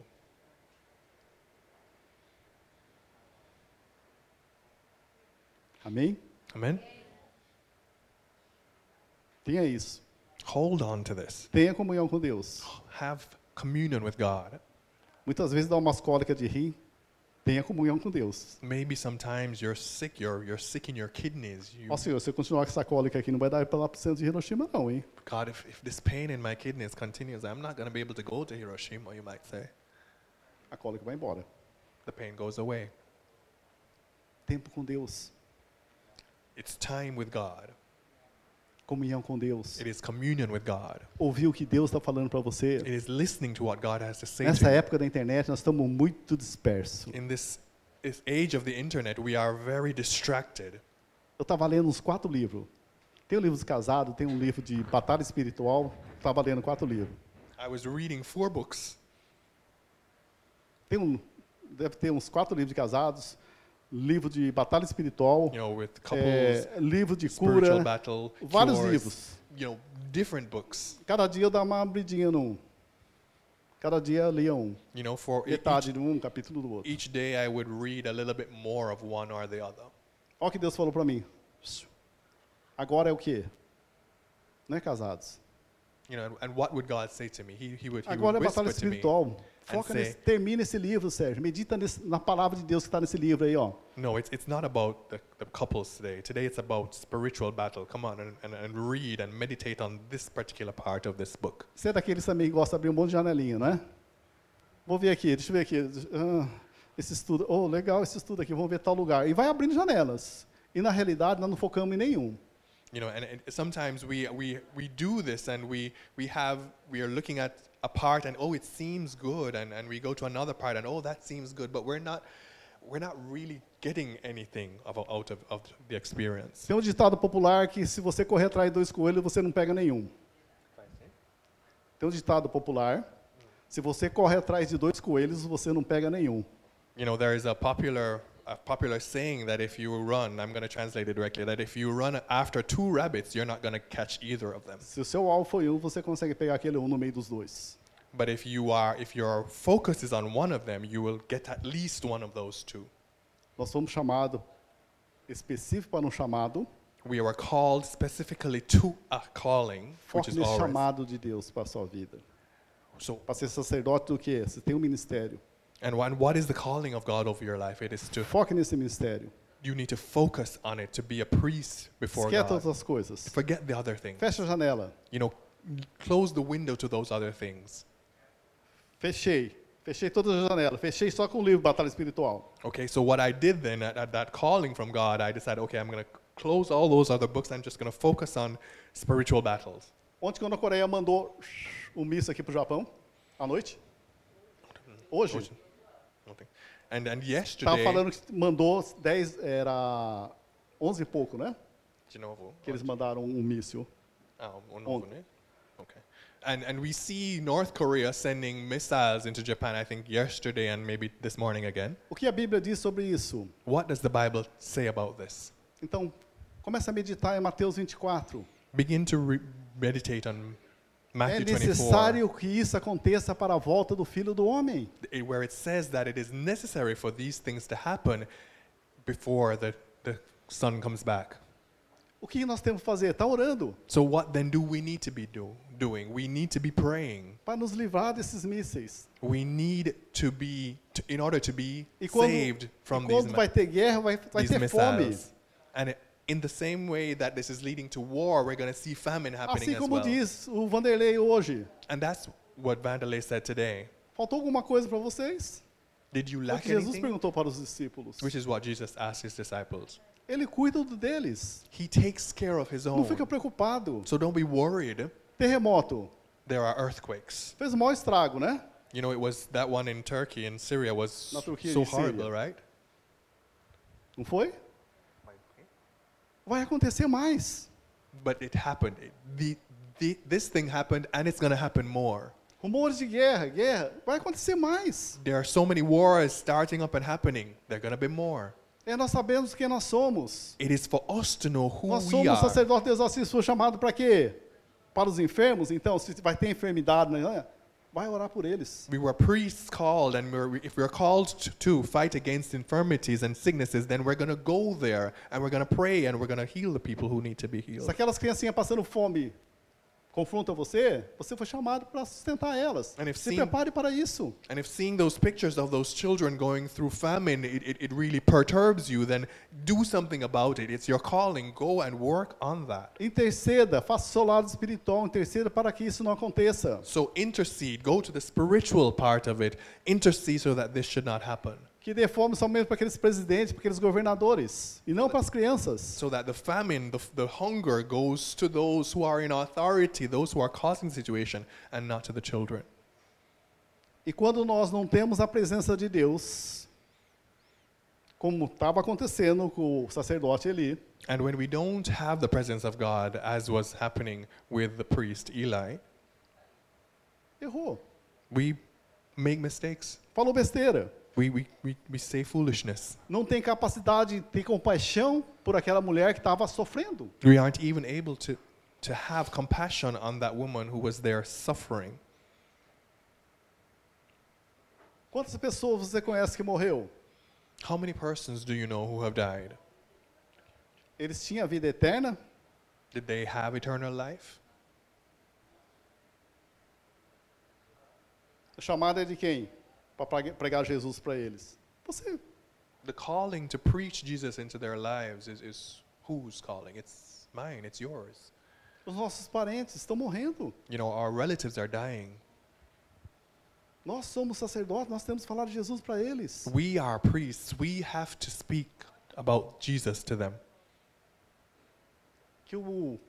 Amém? Amen? Tenha isso. Hold on to this. Tenha comunhão com Deus. Have communion with God. Muitas vezes dá umas cólicas de rim. Tenha comunhão com Deus. Maybe sometimes you're sick, you're, you're sick in your kidneys. You, Ó Senhor, se eu continuar com essa cólica aqui, não vai dar para lá para o centro de Hiroshima não, hein? God, if, if this pain in my kidneys continues, I'm not going to be able to go to Hiroshima, you might say. A cólica vai embora. The pain goes away. Tempo com Deus. It's time with God, Comunhão com Deus. it is communion with God, Ouvir o que Deus está falando para it você. is listening to what God has to say. Nessa To época da internet, nós estamos muito dispersos. you. In this, this age of the internet, we are very distracted. Eu estava lendo uns quatro livros. Tem um livro de casado, tem um livro de batalha espiritual. Estava lendo quatro livros. I was reading four books. Tem um, deve ter uns quatro livros de casados, livro de batalha espiritual, you know, with couples, é, livro de um spiritual Eh, cura, battle, vários cures, livros. you know, different books. Cada dia eu dava uma abridinha num. Cada dia eu lia um. You know, for e- Metade de um, capítulo do outro. each day I would read a little bit more of one or the other. Olha o que Deus falou para mim. Agora é o quê? Não é casados. You know, and, and what would God say to me? He, he would, he Agora é would batalha whisper to me. espiritual. Foca and nesse, say- termina esse livro, Sérgio. Medita nesse- na palavra de Deus que está nesse livro aí, ó. No, it's, it's not about the, the couples today. Today it's about spiritual battle. Come on and, and, and read and meditate on this particular part of this book. Você é daqueles também que gosta de abrir um monte de janelinha, né? Vou ver aqui, deixa eu ver aqui. Ah, esse estudo, oh, legal esse estudo aqui, vamos ver tal lugar. E vai abrindo janelas. E na realidade nós não focamos em nenhum. You know, and, and sometimes we, we, we do this and we, we have, we are looking at a part and, oh, it seems good. And, and we go to another part and, oh, that seems good. But we're not, we're not really getting anything of, out of, of the experience. Tem um ditado popular que se você correr atrás de dois coelhos, você não pega nenhum. Tem um ditado popular, se você corre atrás de dois coelhos, você não pega nenhum. You know, there is a popular, a popular saying that if you run, I'm going to translate it directly, that if you run after two rabbits, you're not going to catch either of them. Se o seu alvo foi um, você consegue pegar aquele um no meio dos dois. But if you are, if your focus is on one of them, you will get at least one of those two. Nós fomos chamados específico para um chamado, We were called specifically to a calling, which foque is nesse ours. chamado de Deus para a sua vida. So, Para ser sacerdote do quê? Você tem um ministério. and wha- and what is the calling of God over your life? It is to Foque nesse ministério. you need to focus on it to be a priest before Esquece todas God. as coisas. Forget the other things. Fecha a janela. You know, close the window to those other things. Fechei. Fechei todas as janelas. Fechei só com o livro Batalha Espiritual. Okay, so what I did then at, at that calling from God, I decided, okay, I'm going to close all those other books. I'm just going to focus on spiritual battles. Ontem, quando a Coreia mandou um míssil aqui para o Japão, à noite, hoje, Okay. And and estava yesterday, falando que mandou 10, era 11 e pouco, né? de novo. Que eles mandaram um míssil. Ah, um- um on- novo, né? Okay. And and we see North Korea sending missiles into Japan. I think yesterday and maybe this morning again. O que a Bíblia diz sobre isso? What does the Bible say about this? Então, começa a meditar em Mateus 24. Begin to re- meditate on É Matthew 24, necessário que isso aconteça para a volta do Filho do Homem. eh, where it says that it is necessary for these things to happen before the the sun comes back. O que nós temos que fazer? Está orando So what then do we need to be do, doing? We need to be praying. para nos livrar desses mísseis. We need to be, to, in order to be E quando, saved e from these, quando ma- vai ter guerra, vai, vai né? these ter fome. missiles. And it, In the same way that this is leading to war, we're going to see famine happening Assim as Ah, como well. diz o Vanderlei hoje. And that's what Vandalay said today. Faltou alguma coisa para vocês? Did you É o lack que Jesus anything? perguntou para os discípulos. Which is what Jesus asked his disciples. Ele cuida do deles. He takes care of his Não own. fica preocupado. So don't be worried. Terremoto. There are earthquakes. Fez o maior estrago, né? You know, it was that one in Turkey and Syria was Na Turquia so e Síria. horrible, right? Não foi? Vai acontecer mais. But it happened. It, the, the, this thing happened, and it's going to happen more. Rumores de guerra, guerra. Vai acontecer mais. There are so many wars starting up and happening. There are going to be more. É nós sabemos quem nós somos. It is for us to know who Nós we somos are. sacerdote de Deus, nós foi chamado para quê? Para os enfermos, então, se vai ter enfermidade, né? vai orar por eles. We were priests called, and we're, if we're called t- to fight against infirmities and sicknesses, then we're going to go there and we're going to pray and we're going to heal the people who need to be Se healed. aquelas criancinhas passando fome confrontam você, você foi chamado para sustentar elas. And if Se seen- prepare para isso. And if seeing those pictures of those children going through famine, it, it, it really perturbs you, then do something about it. It's your calling. Go and work on that. Interceda, faça o seu lado espiritual, interceda para que isso não aconteça. So intercede. Go to the spiritual part of it. Intercede so that this should not happen. Que dê fome somente para aqueles presidentes, para aqueles governadores, e não para as crianças. So that the famine, the, the hunger goes to those who are in authority, those who are causing the situation, and not to the children. E quando nós não temos a presença de Deus, como estava acontecendo com o sacerdote Eli, And when we don't have the presence of God, as was happening with the priest Eli, errou. we make mistakes. Falou besteira. We, we, we, we say foolishness. Não tem capacidade de ter compaixão por aquela mulher que estava sofrendo. We aren't even able to, to have compassion on that woman who was there suffering. Quantas pessoas você conhece que morreu? How many persons do you know who have died? Eles tinham a vida eterna? Did they have eternal life? A chamada é de quem? Para pregar Jesus para eles. Você. The calling to preach Jesus into their lives is, is whose calling? It's mine, it's yours. Os nossos parentes estão morrendo. You know, our relatives are dying. Nós somos sacerdotes, nós temos que falar de Jesus para eles. We are priests. We have to speak about Jesus to them. Que, o,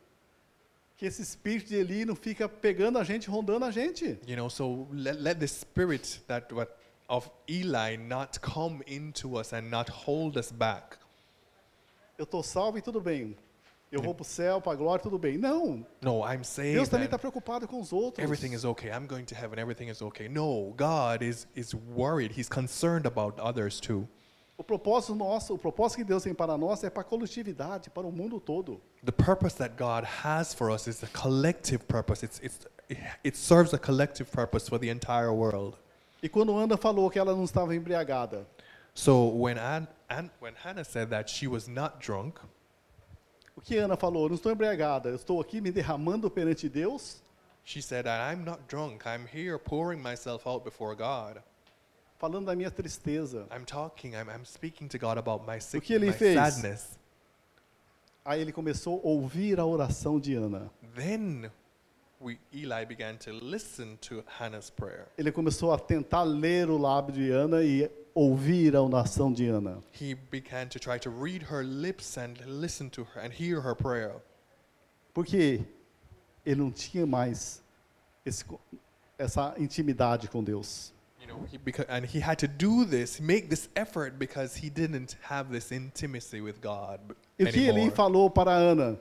que esse espírito de Eli não fica pegando a gente, rondando a gente. You know, so let, let the spirit that what of Eli not come into us and not hold us back. Eu estou salvo e tudo bem. Eu vou para o céu, para a glória, tudo bem. Não, No, I'm saved. Deus também and está preocupado com os outros. everything is okay. I'm going to heaven. Everything is okay. No, God is is worried. He's concerned about others too. O propósito nosso, o propósito que Deus tem para nós é para a coletividade, para o mundo todo. The purpose that God has for us is a collective purpose. It's it's it serves a collective purpose for the entire world. E quando Ana falou que ela não estava embriagada, So when An, An, when Hannah said that she was not drunk, o que Ana falou? Eu não estou embriagada, eu estou aqui me derramando perante Deus, she said, "I'm not drunk. I'm here pouring myself out before God. falando da minha tristeza. I'm talking. I'm, I'm speaking to God about my O sick, que ele my fez? sadness." Aí ele começou a ouvir a oração de Ana. Then we Eli began to listen to Hannah's prayer. Ele começou a tentar ler o lábio de Ana e ouvir a oração de Ana. He began to try to read her lips and listen to her and hear her prayer Porque ele não tinha mais esse co- essa intimidade com Deus. you know he beca- and he had to do this make this effort because he didn't have this intimacy with god b- E o que Eli anymore. falou para Ana?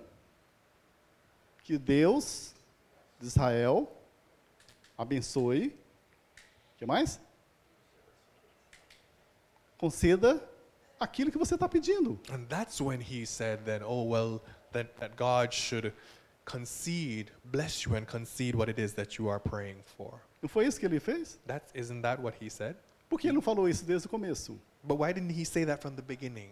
Que Deus de Israel abençoe. O que mais? Conceda aquilo que você está pedindo. and that's when he said that oh well that, that god should concede bless you and concede what it is that you are praying for Não foi isso que ele fez? that isn't that what he said Por que ele não falou isso desde o começo? but why didn't he say that from the beginning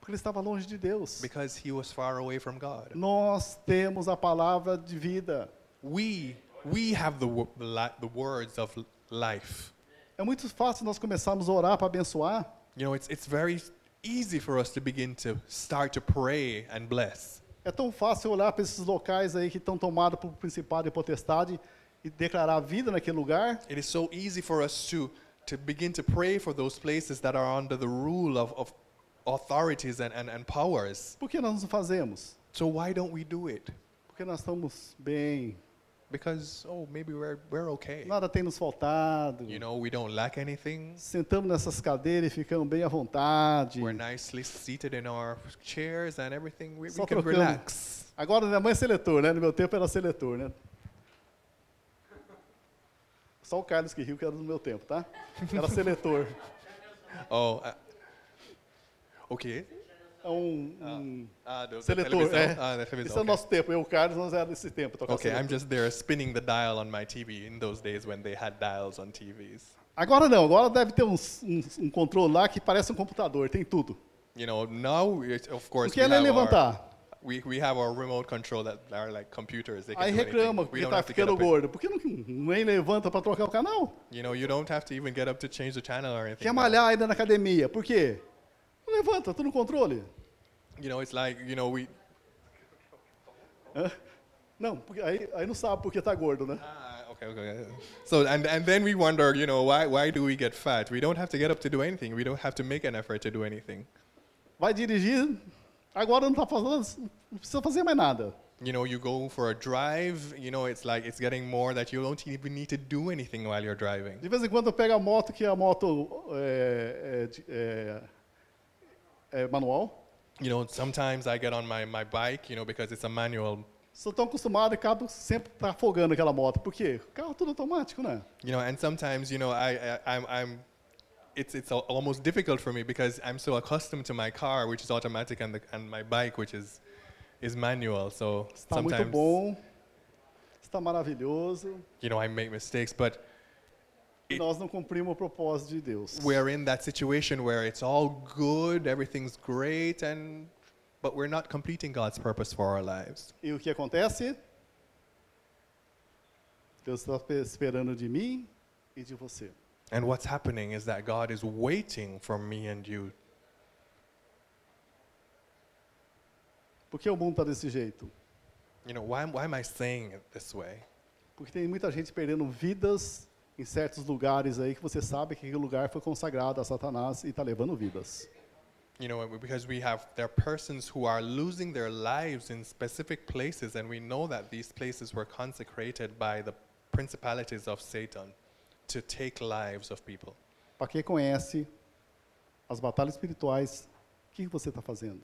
Porque ele estava longe de Deus. because he was far away from god Nós temos a palavra de vida. we we have the, wo- the, li- the words of l- life É muito fácil nós começarmos a orar para abençoar, You know, it's, it's very easy for us to begin to start to pray and bless. É tão fácil olhar para esses locais aí que estão tomados por principado e potestade e declarar vida naquele lugar, It is so easy for us to, to begin to pray for those places that are under the rule of, of authorities and, and, and powers. por que nós não fazemos? So why don't we do it? Porque nós estamos bem, Because, oh, maybe we're, we're okay. nada tem nos faltado. You know, we don't lack anything. Sentamos nessas cadeiras e ficamos bem à vontade. We're nicely seated in our chairs and everything. We, we Só can trocando. relax. Agora minha mãe é seletor, né? No meu tempo era seletor, né? Só o Carlos que riu que era do meu tempo, tá? Era seletor. Oh, uh, okay. É um, um Ah, do, da seletor, televisão? é. Ah, da televisão, Esse é o okay. nosso tempo. Eu e o Carlos, nós era desse tempo. tocar Okay, I'm seletor. just there spinning the dial on my TV in those days when they had dials on TVs. Agora não, agora deve ter uns- uns- um, controle lá que parece um computador, tem tudo. You know, now it, of O course que we, ela é have our, levantar? we, we have our remote control that are like computers. They can Aí do reclama anything. We porque don't tá have to get ficando up. and- gordo. Por que não, nem levanta para trocar o canal? You know, you don't have to even get up to change the channel or anything. Quer now. malhar ainda na academia, por quê? Não levanta, tudo no controle. You know, it's like you know we. Hã? Não, porque aí, aí não sabe porque tá gordo, né? Ah, okay, okay. okay. So and and then we wonder, you know, why why do we get fat? We don't have to get up to do anything. We don't have to make an effort to do anything. Vai dirigir, agora não tá fazendo, não precisa fazer mais nada. You know, you go for a drive. You know, it's like it's getting more that you don't even need to do anything while you're driving. De vez em quando eu pego a moto, que é a moto é, é, de- é, é manual. you know, sometimes I get on my, my bike, you know, because it's a manual, Sou tão acostumado e acabo sempre tá afogando aquela moto. Por quê? O carro é tudo automático, né? you know, and sometimes, you know, I, I I'm, I'm, it's, it's al- almost difficult for me because I'm so accustomed to my car, which is automatic, and, the, and my bike, which is, is manual. So Está tá muito sometimes, bom, está maravilhoso, you know, I make mistakes, but e nós não cumprimos o propósito de Deus. we're in that situation where it's all good, everything's great, and, but we're not completing God's purpose for our lives. E o que acontece? Deus está pe- esperando de mim e de você. And what's happening is that God is waiting for me and you. Por que o mundo está desse jeito? You know, why, am- why am I saying it this way? Porque tem muita gente perdendo vidas em certos lugares aí que você sabe que aquele lugar foi consagrado a Satanás e está levando vidas. You know, because we have there are persons who are losing their lives in specific places, and we know that these places were consecrated by the principalities of Satan to take lives of people. Para quem conhece as batalhas espirituais, o que você está fazendo?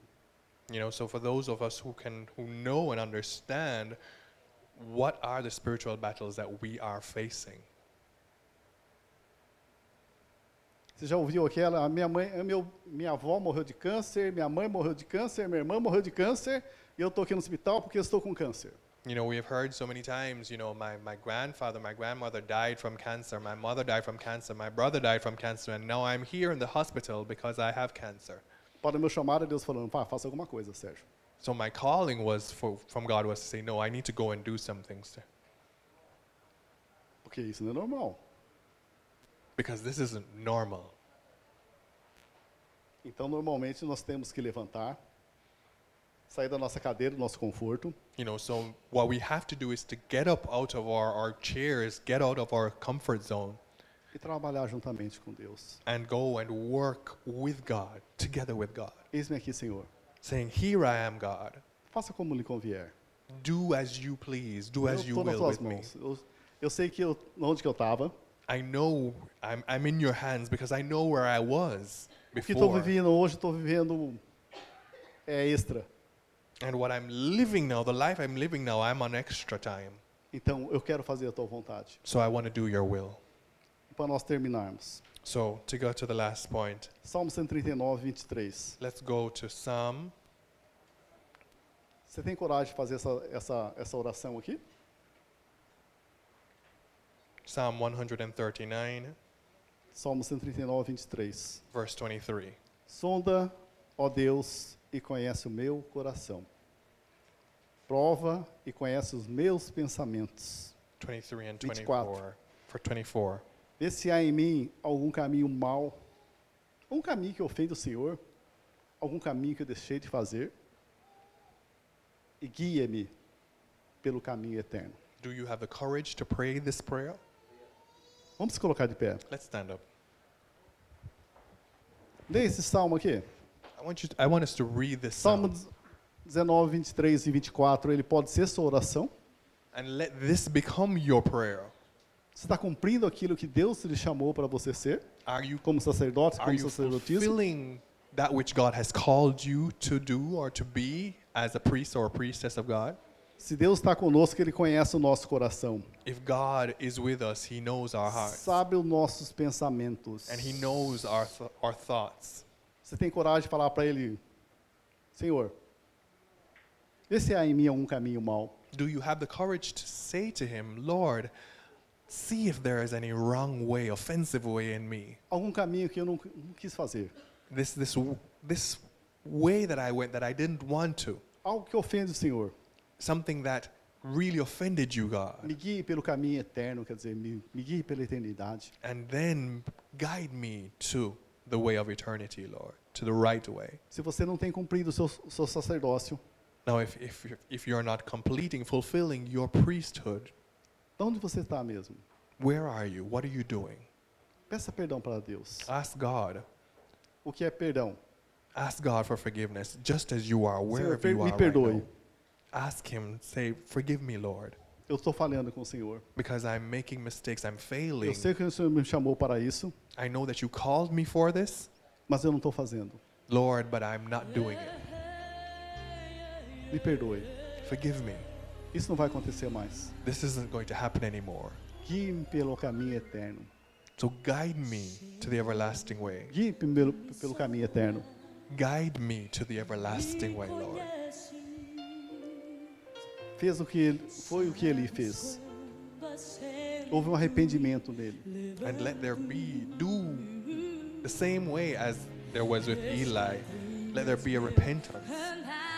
You know, so for those of us who can who know and understand what are the spiritual battles that we are facing. Você já ouviu aquela? A minha mãe, a meu, minha avó morreu de câncer, minha mãe morreu de câncer, minha irmã morreu de câncer e eu estou aqui no hospital porque eu estou com câncer. You know, we have heard so many times, you know, my, my grandfather, my grandmother died from cancer, my mother died from cancer, my brother died from cancer, and now I'm here in the hospital because I have cancer. Para o meu chamado, é Deus falando, "Pá, faça alguma coisa, Sérgio. So my calling was for, from God was to say, no, I need to go and do some things to- Porque isso não é normal. because this isn't normal. Então, normalmente, nós temos que levantar, sair da nossa cadeira, do nosso conforto, You know, so what we have to do is to get up out of our, our chairs, get out of our comfort zone, e trabalhar juntamente com Deus. and go and work with God, together with God, Eis-me aqui, Senhor. saying, Here I am, God. Faça como lhe convier. Do as you please, do Eu as you estou nas will suas with me. mãos. Eu, eu sei que eu, onde que eu estava, I know I'm, I'm in your hands because I know where I was o que estou before. vivendo hoje, estou vivendo é extra. And what I'm living now, the life I'm living now, I'm on extra time. Então, eu quero fazer a tua vontade. So I want to do your will. Para nós terminarmos. So, to go to the last point, Salmo 139, 23. let's go to Psalm. Você tem coragem de fazer essa, essa, essa oração aqui? Psalm 139, Salmo 139, 23. verse 23. Sonda, ó Deus, e conhece o meu coração. Prova e conhece os meus pensamentos. 23 and 24. 24. For 24. Vê se há em mim algum caminho mau, um caminho que ofende o Senhor, algum caminho que eu deixei de fazer? E guia-me pelo caminho eterno. Do you have the courage to pray this prayer? Vamos se colocar de pé. Let's stand up. Lê esse salmo aqui. I want you. I want us to read this Salmo psalm, des- 19, 23 e 24, ele pode ser sua oração. and let this become your prayer. Você está cumprindo aquilo que Deus lhe chamou para você ser, Are you como sacerdote, are como you sacerdotisa? fulfilling that which God has called you to do or to be as a priest or a priestess of God? Se Deus está conosco, Ele conhece o nosso coração, If God is with us, He knows our hearts sabe os nossos pensamentos. and He knows our th- our thoughts. Você tem coragem de falar para Ele, Senhor, vê se há em mim algum caminho mau. Do you have the courage to say to Him, Lord, see if there is any wrong way, offensive way in me? Algum caminho que eu não, não quis fazer. This this w- this way that I went that I didn't want to. Algo que ofende o Senhor. Something that really offended you, God. Me guie pelo caminho eterno, quer dizer, me, me guie pela eternidade. and then guide me to the way of eternity, Lord, to the right way. Se você não tem cumprido o seu, o seu sacerdócio, Now, if, if, you're- if you're not completing, fulfilling your priesthood, de onde você está mesmo? where are you? What are you doing? Peça perdão para Deus. Ask God. O que é perdão? Ask God for forgiveness, just as you are, wherever per- you are. me right perdoe. now. Ask Him, say, Forgive me, Lord, Eu estou falhando com o Senhor. because I'm making mistakes, I'm failing. Eu sei que o Senhor me chamou para isso, I know that you called me for this, mas eu não estou fazendo. Lord, but I'm not doing it. Me perdoe. Forgive me. Isso não vai acontecer mais. This isn't going to happen anymore. Guie-me pelo caminho eterno. So guide me to the everlasting way. Guie-me pelo, pelo caminho eterno. Guide me to the everlasting way, Lord. Fez o que ele, foi o que ele fez. Houve um arrependimento nele. And let there be, do the same way as there was with Eli. Let there be a repentance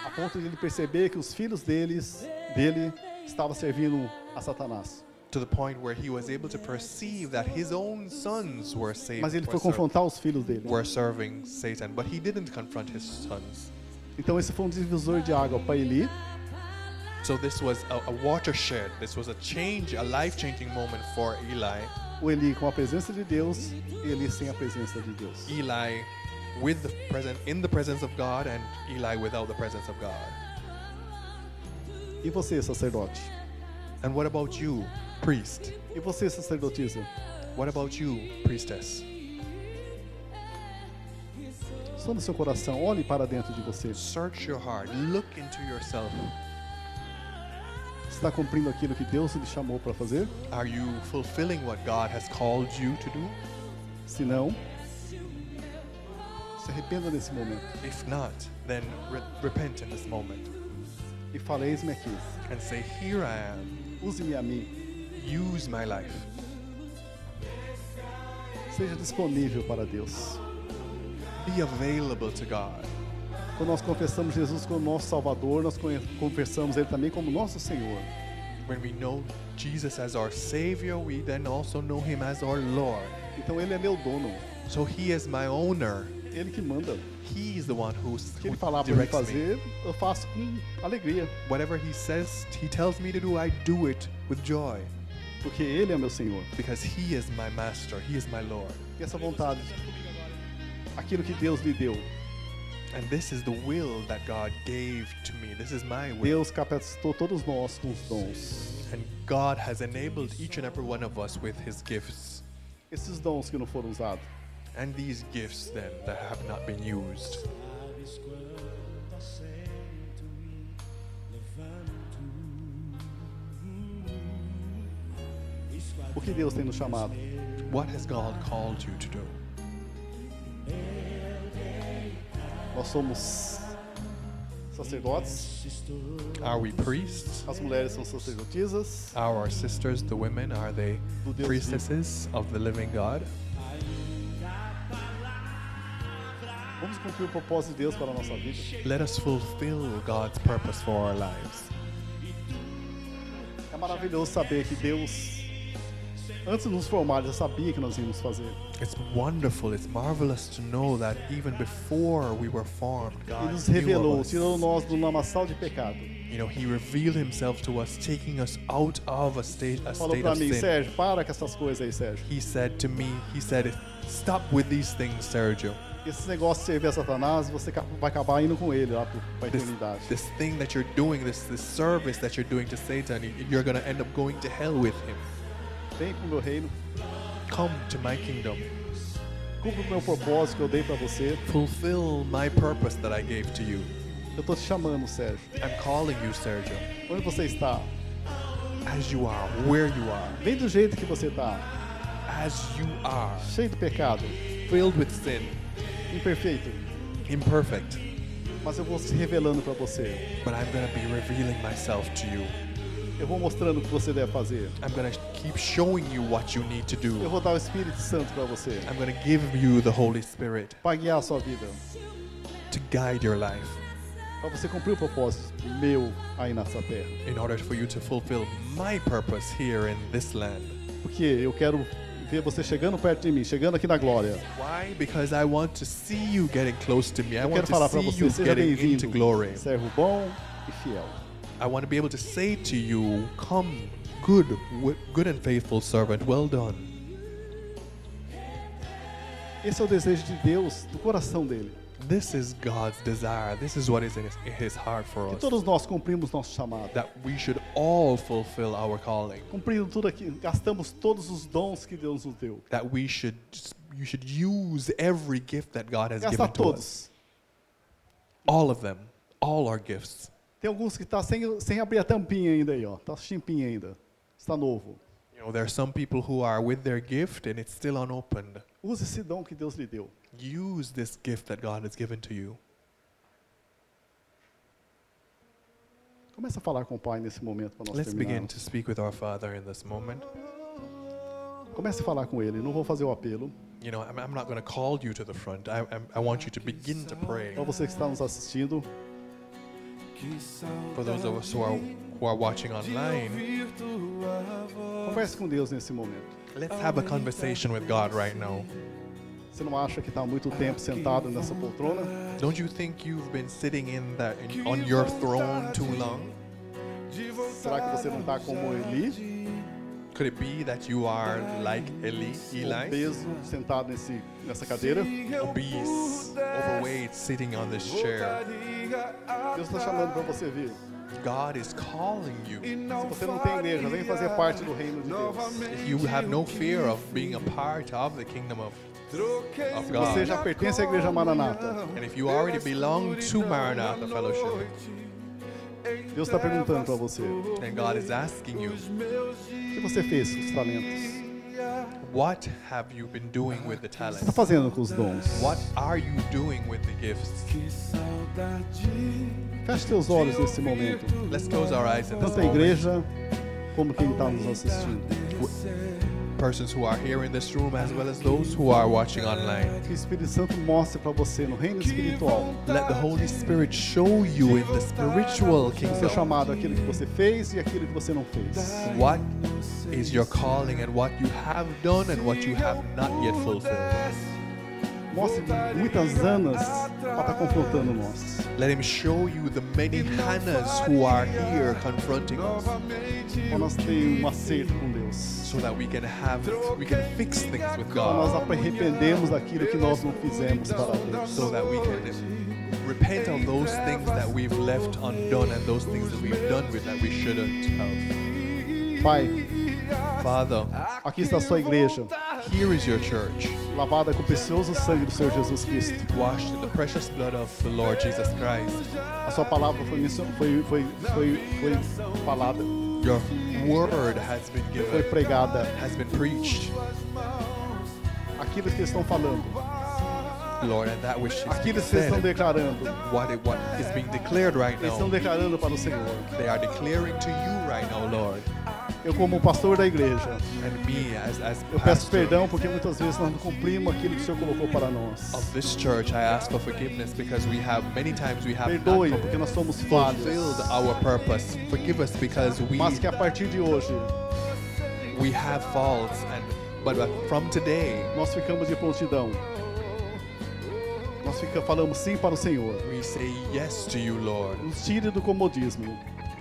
A ponto de ele perceber que os filhos deles, dele estavam servindo a Satanás. to the point where he was able to perceive that his own sons were saved. Mas ele were, foi confrontar os filhos dele. were serving Satan, but he didn't confront his sons. Então esse foi um divisor de água para Eli. So this was a, a watershed. This was a change, a life-changing moment for Eli. O Eli com a presença de Deus, Eli sem a presença de Deus. Eli with the present in the presence of God and Eli without the presence of God. E você, sacerdote? And what about you, priest? E você, sacerdotisa? What about you, priestess? Só no seu coração, olhe para dentro de você. Você Search your heart. Look into yourself. está cumprindo aquilo que Deus lhe chamou para fazer? Are you fulfilling what God has called you to do? Se não, se arrependa nesse momento If not, then re- repent in this moment e fale: Eis-me aqui, and say, Here I am. use-me a mim, Use my life. seja disponível para Deus. Be available to God. Quando nós confessamos Jesus como nosso Salvador, nós conhe- confessamos Ele também como nosso Senhor. When we know Jesus as our Savior, we then also know Him as our Lord. Então Ele é meu dono, So He is my owner. Ele que manda. He is the one who's, O que who Ele falar para mim directs me. fazer, eu faço com alegria, Whatever He says, He tells me to do, I do it with joy. porque Ele é meu Senhor. because he is my master, he is my Lord. E essa vontade, aquilo que Deus lhe deu, And this is the will that God gave to me. This is my will. Deus capacitou todos nós com os dons. And God has enabled each and every one of us with his gifts. Esses dons que não foram usados. And these gifts then that have not been used. Sabes quando assento e levanto. O que Deus tem nos chamado? What has God called you to do? Nós somos sacerdotes, Are we priests? as mulheres são sacerdotisas, Are our sisters, the women, are they Do Deus priestesses of the living God? vamos cumprir o propósito de Deus para a nossa vida. Let us fulfill God's purpose for our lives. É maravilhoso saber que Deus Antes de nos formar, já sabia que nós íamos fazer. It's wonderful, it's marvelous to know that even before we were formed, Ele God nos knew of revelou, us. tirou nós do lamaçal de pecado. You know, He revealed Himself to us, taking us out of a state, a Falou state pra of mim, sin. Sérgio, para com essas coisas aí, Sérgio. He said to me, He said, "Stop with these things, Sergio. Esse negócio de servir a Satanás, você ca- vai acabar indo com ele lá pro- pra This, eternidade. this thing that you're doing, this this service that you're doing to Satan, you- you're gonna end up going to hell with him. Vem pro meu reino, Come to my kingdom. cumpra o meu propósito que eu dei pra você. Fulfill my purpose that I gave to you. Eu tô te chamando, Sérgio. I'm calling you, Sergio, Onde você está? as you are, where you are, Vem do jeito que você tá, as you are, cheio de pecado, filled with sin, imperfeito. imperfect, Mas eu vou se revelando pra você. but I'm gonna be revealing myself to you. Eu vou mostrando o que você deve fazer. I'm gonna keep showing you what you need to Eu do. vou dar o Espírito Santo pra você. I'm gonna give you the Holy Spirit Pra guiar a sua vida. to guide your life Pra você cumprir o propósito meu aí nessa terra. in order for you to fulfill my purpose here in this land. Porque eu quero ver você chegando perto de mim, chegando aqui na glória. Why? Because I want to see you getting close to me. I Eu want quero falar to pra see você, you seja getting into bem-vindo, glory. servo bom e fiel. I want to be able to say to you, "Come, good, w- good and faithful servant, well done." Esse é o desejo de Deus, do coração dele. This is God's desire. This is what is in His, in his heart for Que us. todos nós cumprimos nosso chamado. That we should all fulfill our calling. Cumprindo tudo aqui, gastamos todos os dons que Deus nos deu. That we should, you should use every gift that God has Gastar given to us. todos. All of them, all our gifts. Tem alguns que tá sem, sem abrir a tampinha ainda aí, ó. Tá chimpinha ainda. Está novo. You know, there are some people who are with their gift and it's still unopened. Use esse dom que Deus lhe deu. Use this gift that God has given to you. Começa a falar com o Pai nesse momento para nós Let's begin terminarmos. to speak with our Father in this moment. Comece a falar com Ele. Não vou fazer o apelo. You know, I'm, I'm not going to call you to the front. I, I'm- I want you to begin to pray. Para você que está nos assistindo, Que saudade For those of us who are, who are watching de online, ouvir tua voz. converse com Deus nesse momento. let's have a conversation with God right now. Você não acha que está muito tempo sentado nessa poltrona? Don't you think you've been sitting in that in, on your throne too long? De Será que você não está vontade como Eli, Could it be that you are like Eli, Eli, obeso, sentado nesse, nessa cadeira? se eu obese, overweight, sitting on this chair? voltaria Deus está atrás chamando para você vir. God is calling you. e não você não tem igreja, vem fazer parte do faria reino de Deus. novamente If you have no o que fear of being a part of the kingdom of, troquei of minha Você God, já pertence à igreja Maranata. comunhão and if you already pela belong to escuridão Maranatha da Fellowship, noite, em Deus está perguntando para trevas você: o then God is asking you, os meus que você fez com os talentos? dias. What have you been doing with the O que está talents? tá fazendo com os dons? What are you doing with the gifts? Que saudade Feche teus olhos nesse momento. Let's close our eyes in this Tanto a moment. igreja como quem está nos assistindo. Persons who are here in this room as well as those who are watching online. Que o Espírito Santo mostre para você no reino espiritual Let the Holy Spirit show you in the spiritual o seu kingdom chamado, aquilo que você fez e aquilo que você não fez. what is your calling and what you have done and what you have not yet fulfilled. Mostre muitas anas para estar confrontando nós. Let Him show you the many Hannahs who are here confronting us Para nós ter um acerto com Deus. so that we can have we can fix things with Para nós God arrependermos daquilo que nós não fizemos para Deus. so that we can repent of those things that we've left undone and those things that we've done with that we shouldn't have. Pai, Father, aqui está a sua igreja, here is your church, lavada com o precioso sangue do Senhor Jesus Cristo. washed in the precious blood of the Lord Jesus Christ. A sua palavra foi, mencio- foi, foi, foi, foi falada, Your word has been foi given, pregada. has been preached, Aquilo que eles estão falando, Lord, and that which is aquilo being que eles estão said, declarando, what, it, what is being declared right eles estão now, declarando para o Senhor. they are declaring to you right now, Lord, Eu, como pastor da igreja, and me as, as eu peço pastor perdão porque muitas vezes nós não cumprimos aquilo que o Senhor colocou para nós. of this church, I ask for forgiveness because we have, many times we have not Perdoe porque nós somos falhos. fulfilled our purpose. Forgive us because we, Mas que a partir de hoje we have faults, and but, but from today Nós ficamos de prontidão. Nós fica, falamos sim para o Senhor. we say yes to you, Lord, Nos tire do comodismo.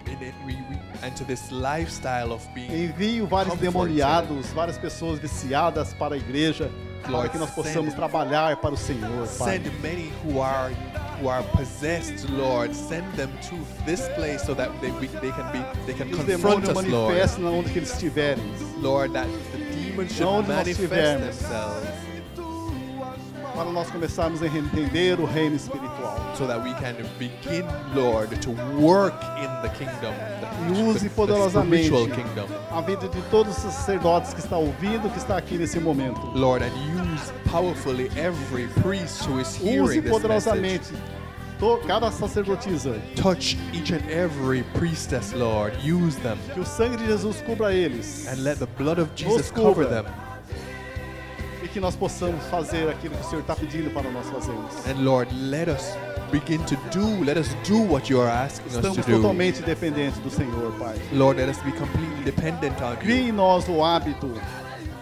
and, it- we, we, and to this lifestyle of being Envio vários Comfort, demoniados, várias pessoas viciadas para a igreja, para que nós possamos trabalhar para o Senhor, Pai. Send many who are who are possessed, Lord. Send them to this place so that they we, they can be they can Que os confront demônios us, Lord. manifestem onde que eles estiverem. Lord, that the demons should Onde nós manifest estivermos. themselves Para nós começarmos a entender o reino espiritual. so that we can begin, Lord, to work in the kingdom, E the, use the, the poderosamente spiritual kingdom. a vida de todos os sacerdotes que está ouvindo, que está aqui nesse momento. Lord, and use powerfully every priest who is Use hearing this message. poderosamente to- cada sacerdotisa. Touch each and every priestess, Lord. Use them Que o sangue de Jesus cubra eles. and let the blood of Jesus cover cubra. them. E que nós possamos fazer aquilo que o Senhor está pedindo para nós fazermos. And Lord, let us begin to do, let us do what you are asking us to Estamos do. totalmente dependentes do Senhor, Pai. Lord, let us be completely dependent on Crie you. em nós o hábito,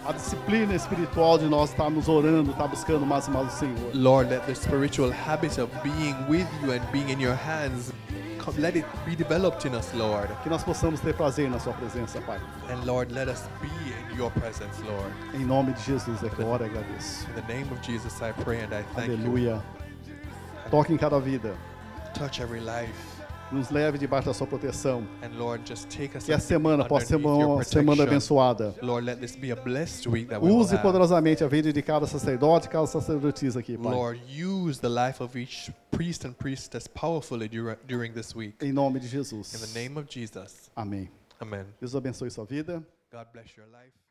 a disciplina espiritual de nós estarmos orando, estar buscando mais e mais o Senhor. Lord, let the spiritual habit of being with you and being in your hands, co- let it be developed in us, Lord. Que nós possamos ter prazer na Sua presença, Pai. And Lord, let us be in your presence, Lord. Em nome de Jesus é que eu oro e agradeço. In the name of Jesus, I pray and I thank you. Aleluia. Toque em cada vida. Touch every life. Nos leve debaixo da Sua proteção. And Lord, just take us Que essa E semana possa ser underneath your uma semana protection. abençoada. Lord, let this be a blessed week that we will Use have. poderosamente a vida de cada sacerdote, cada sacerdotisa aqui, Pai. Lord, use the life of each priest and priestess powerfully dur- during this week. Em nome de In the Jesus. name of Jesus, Amém. amen. Deus abençoe sua vida. God bless your life.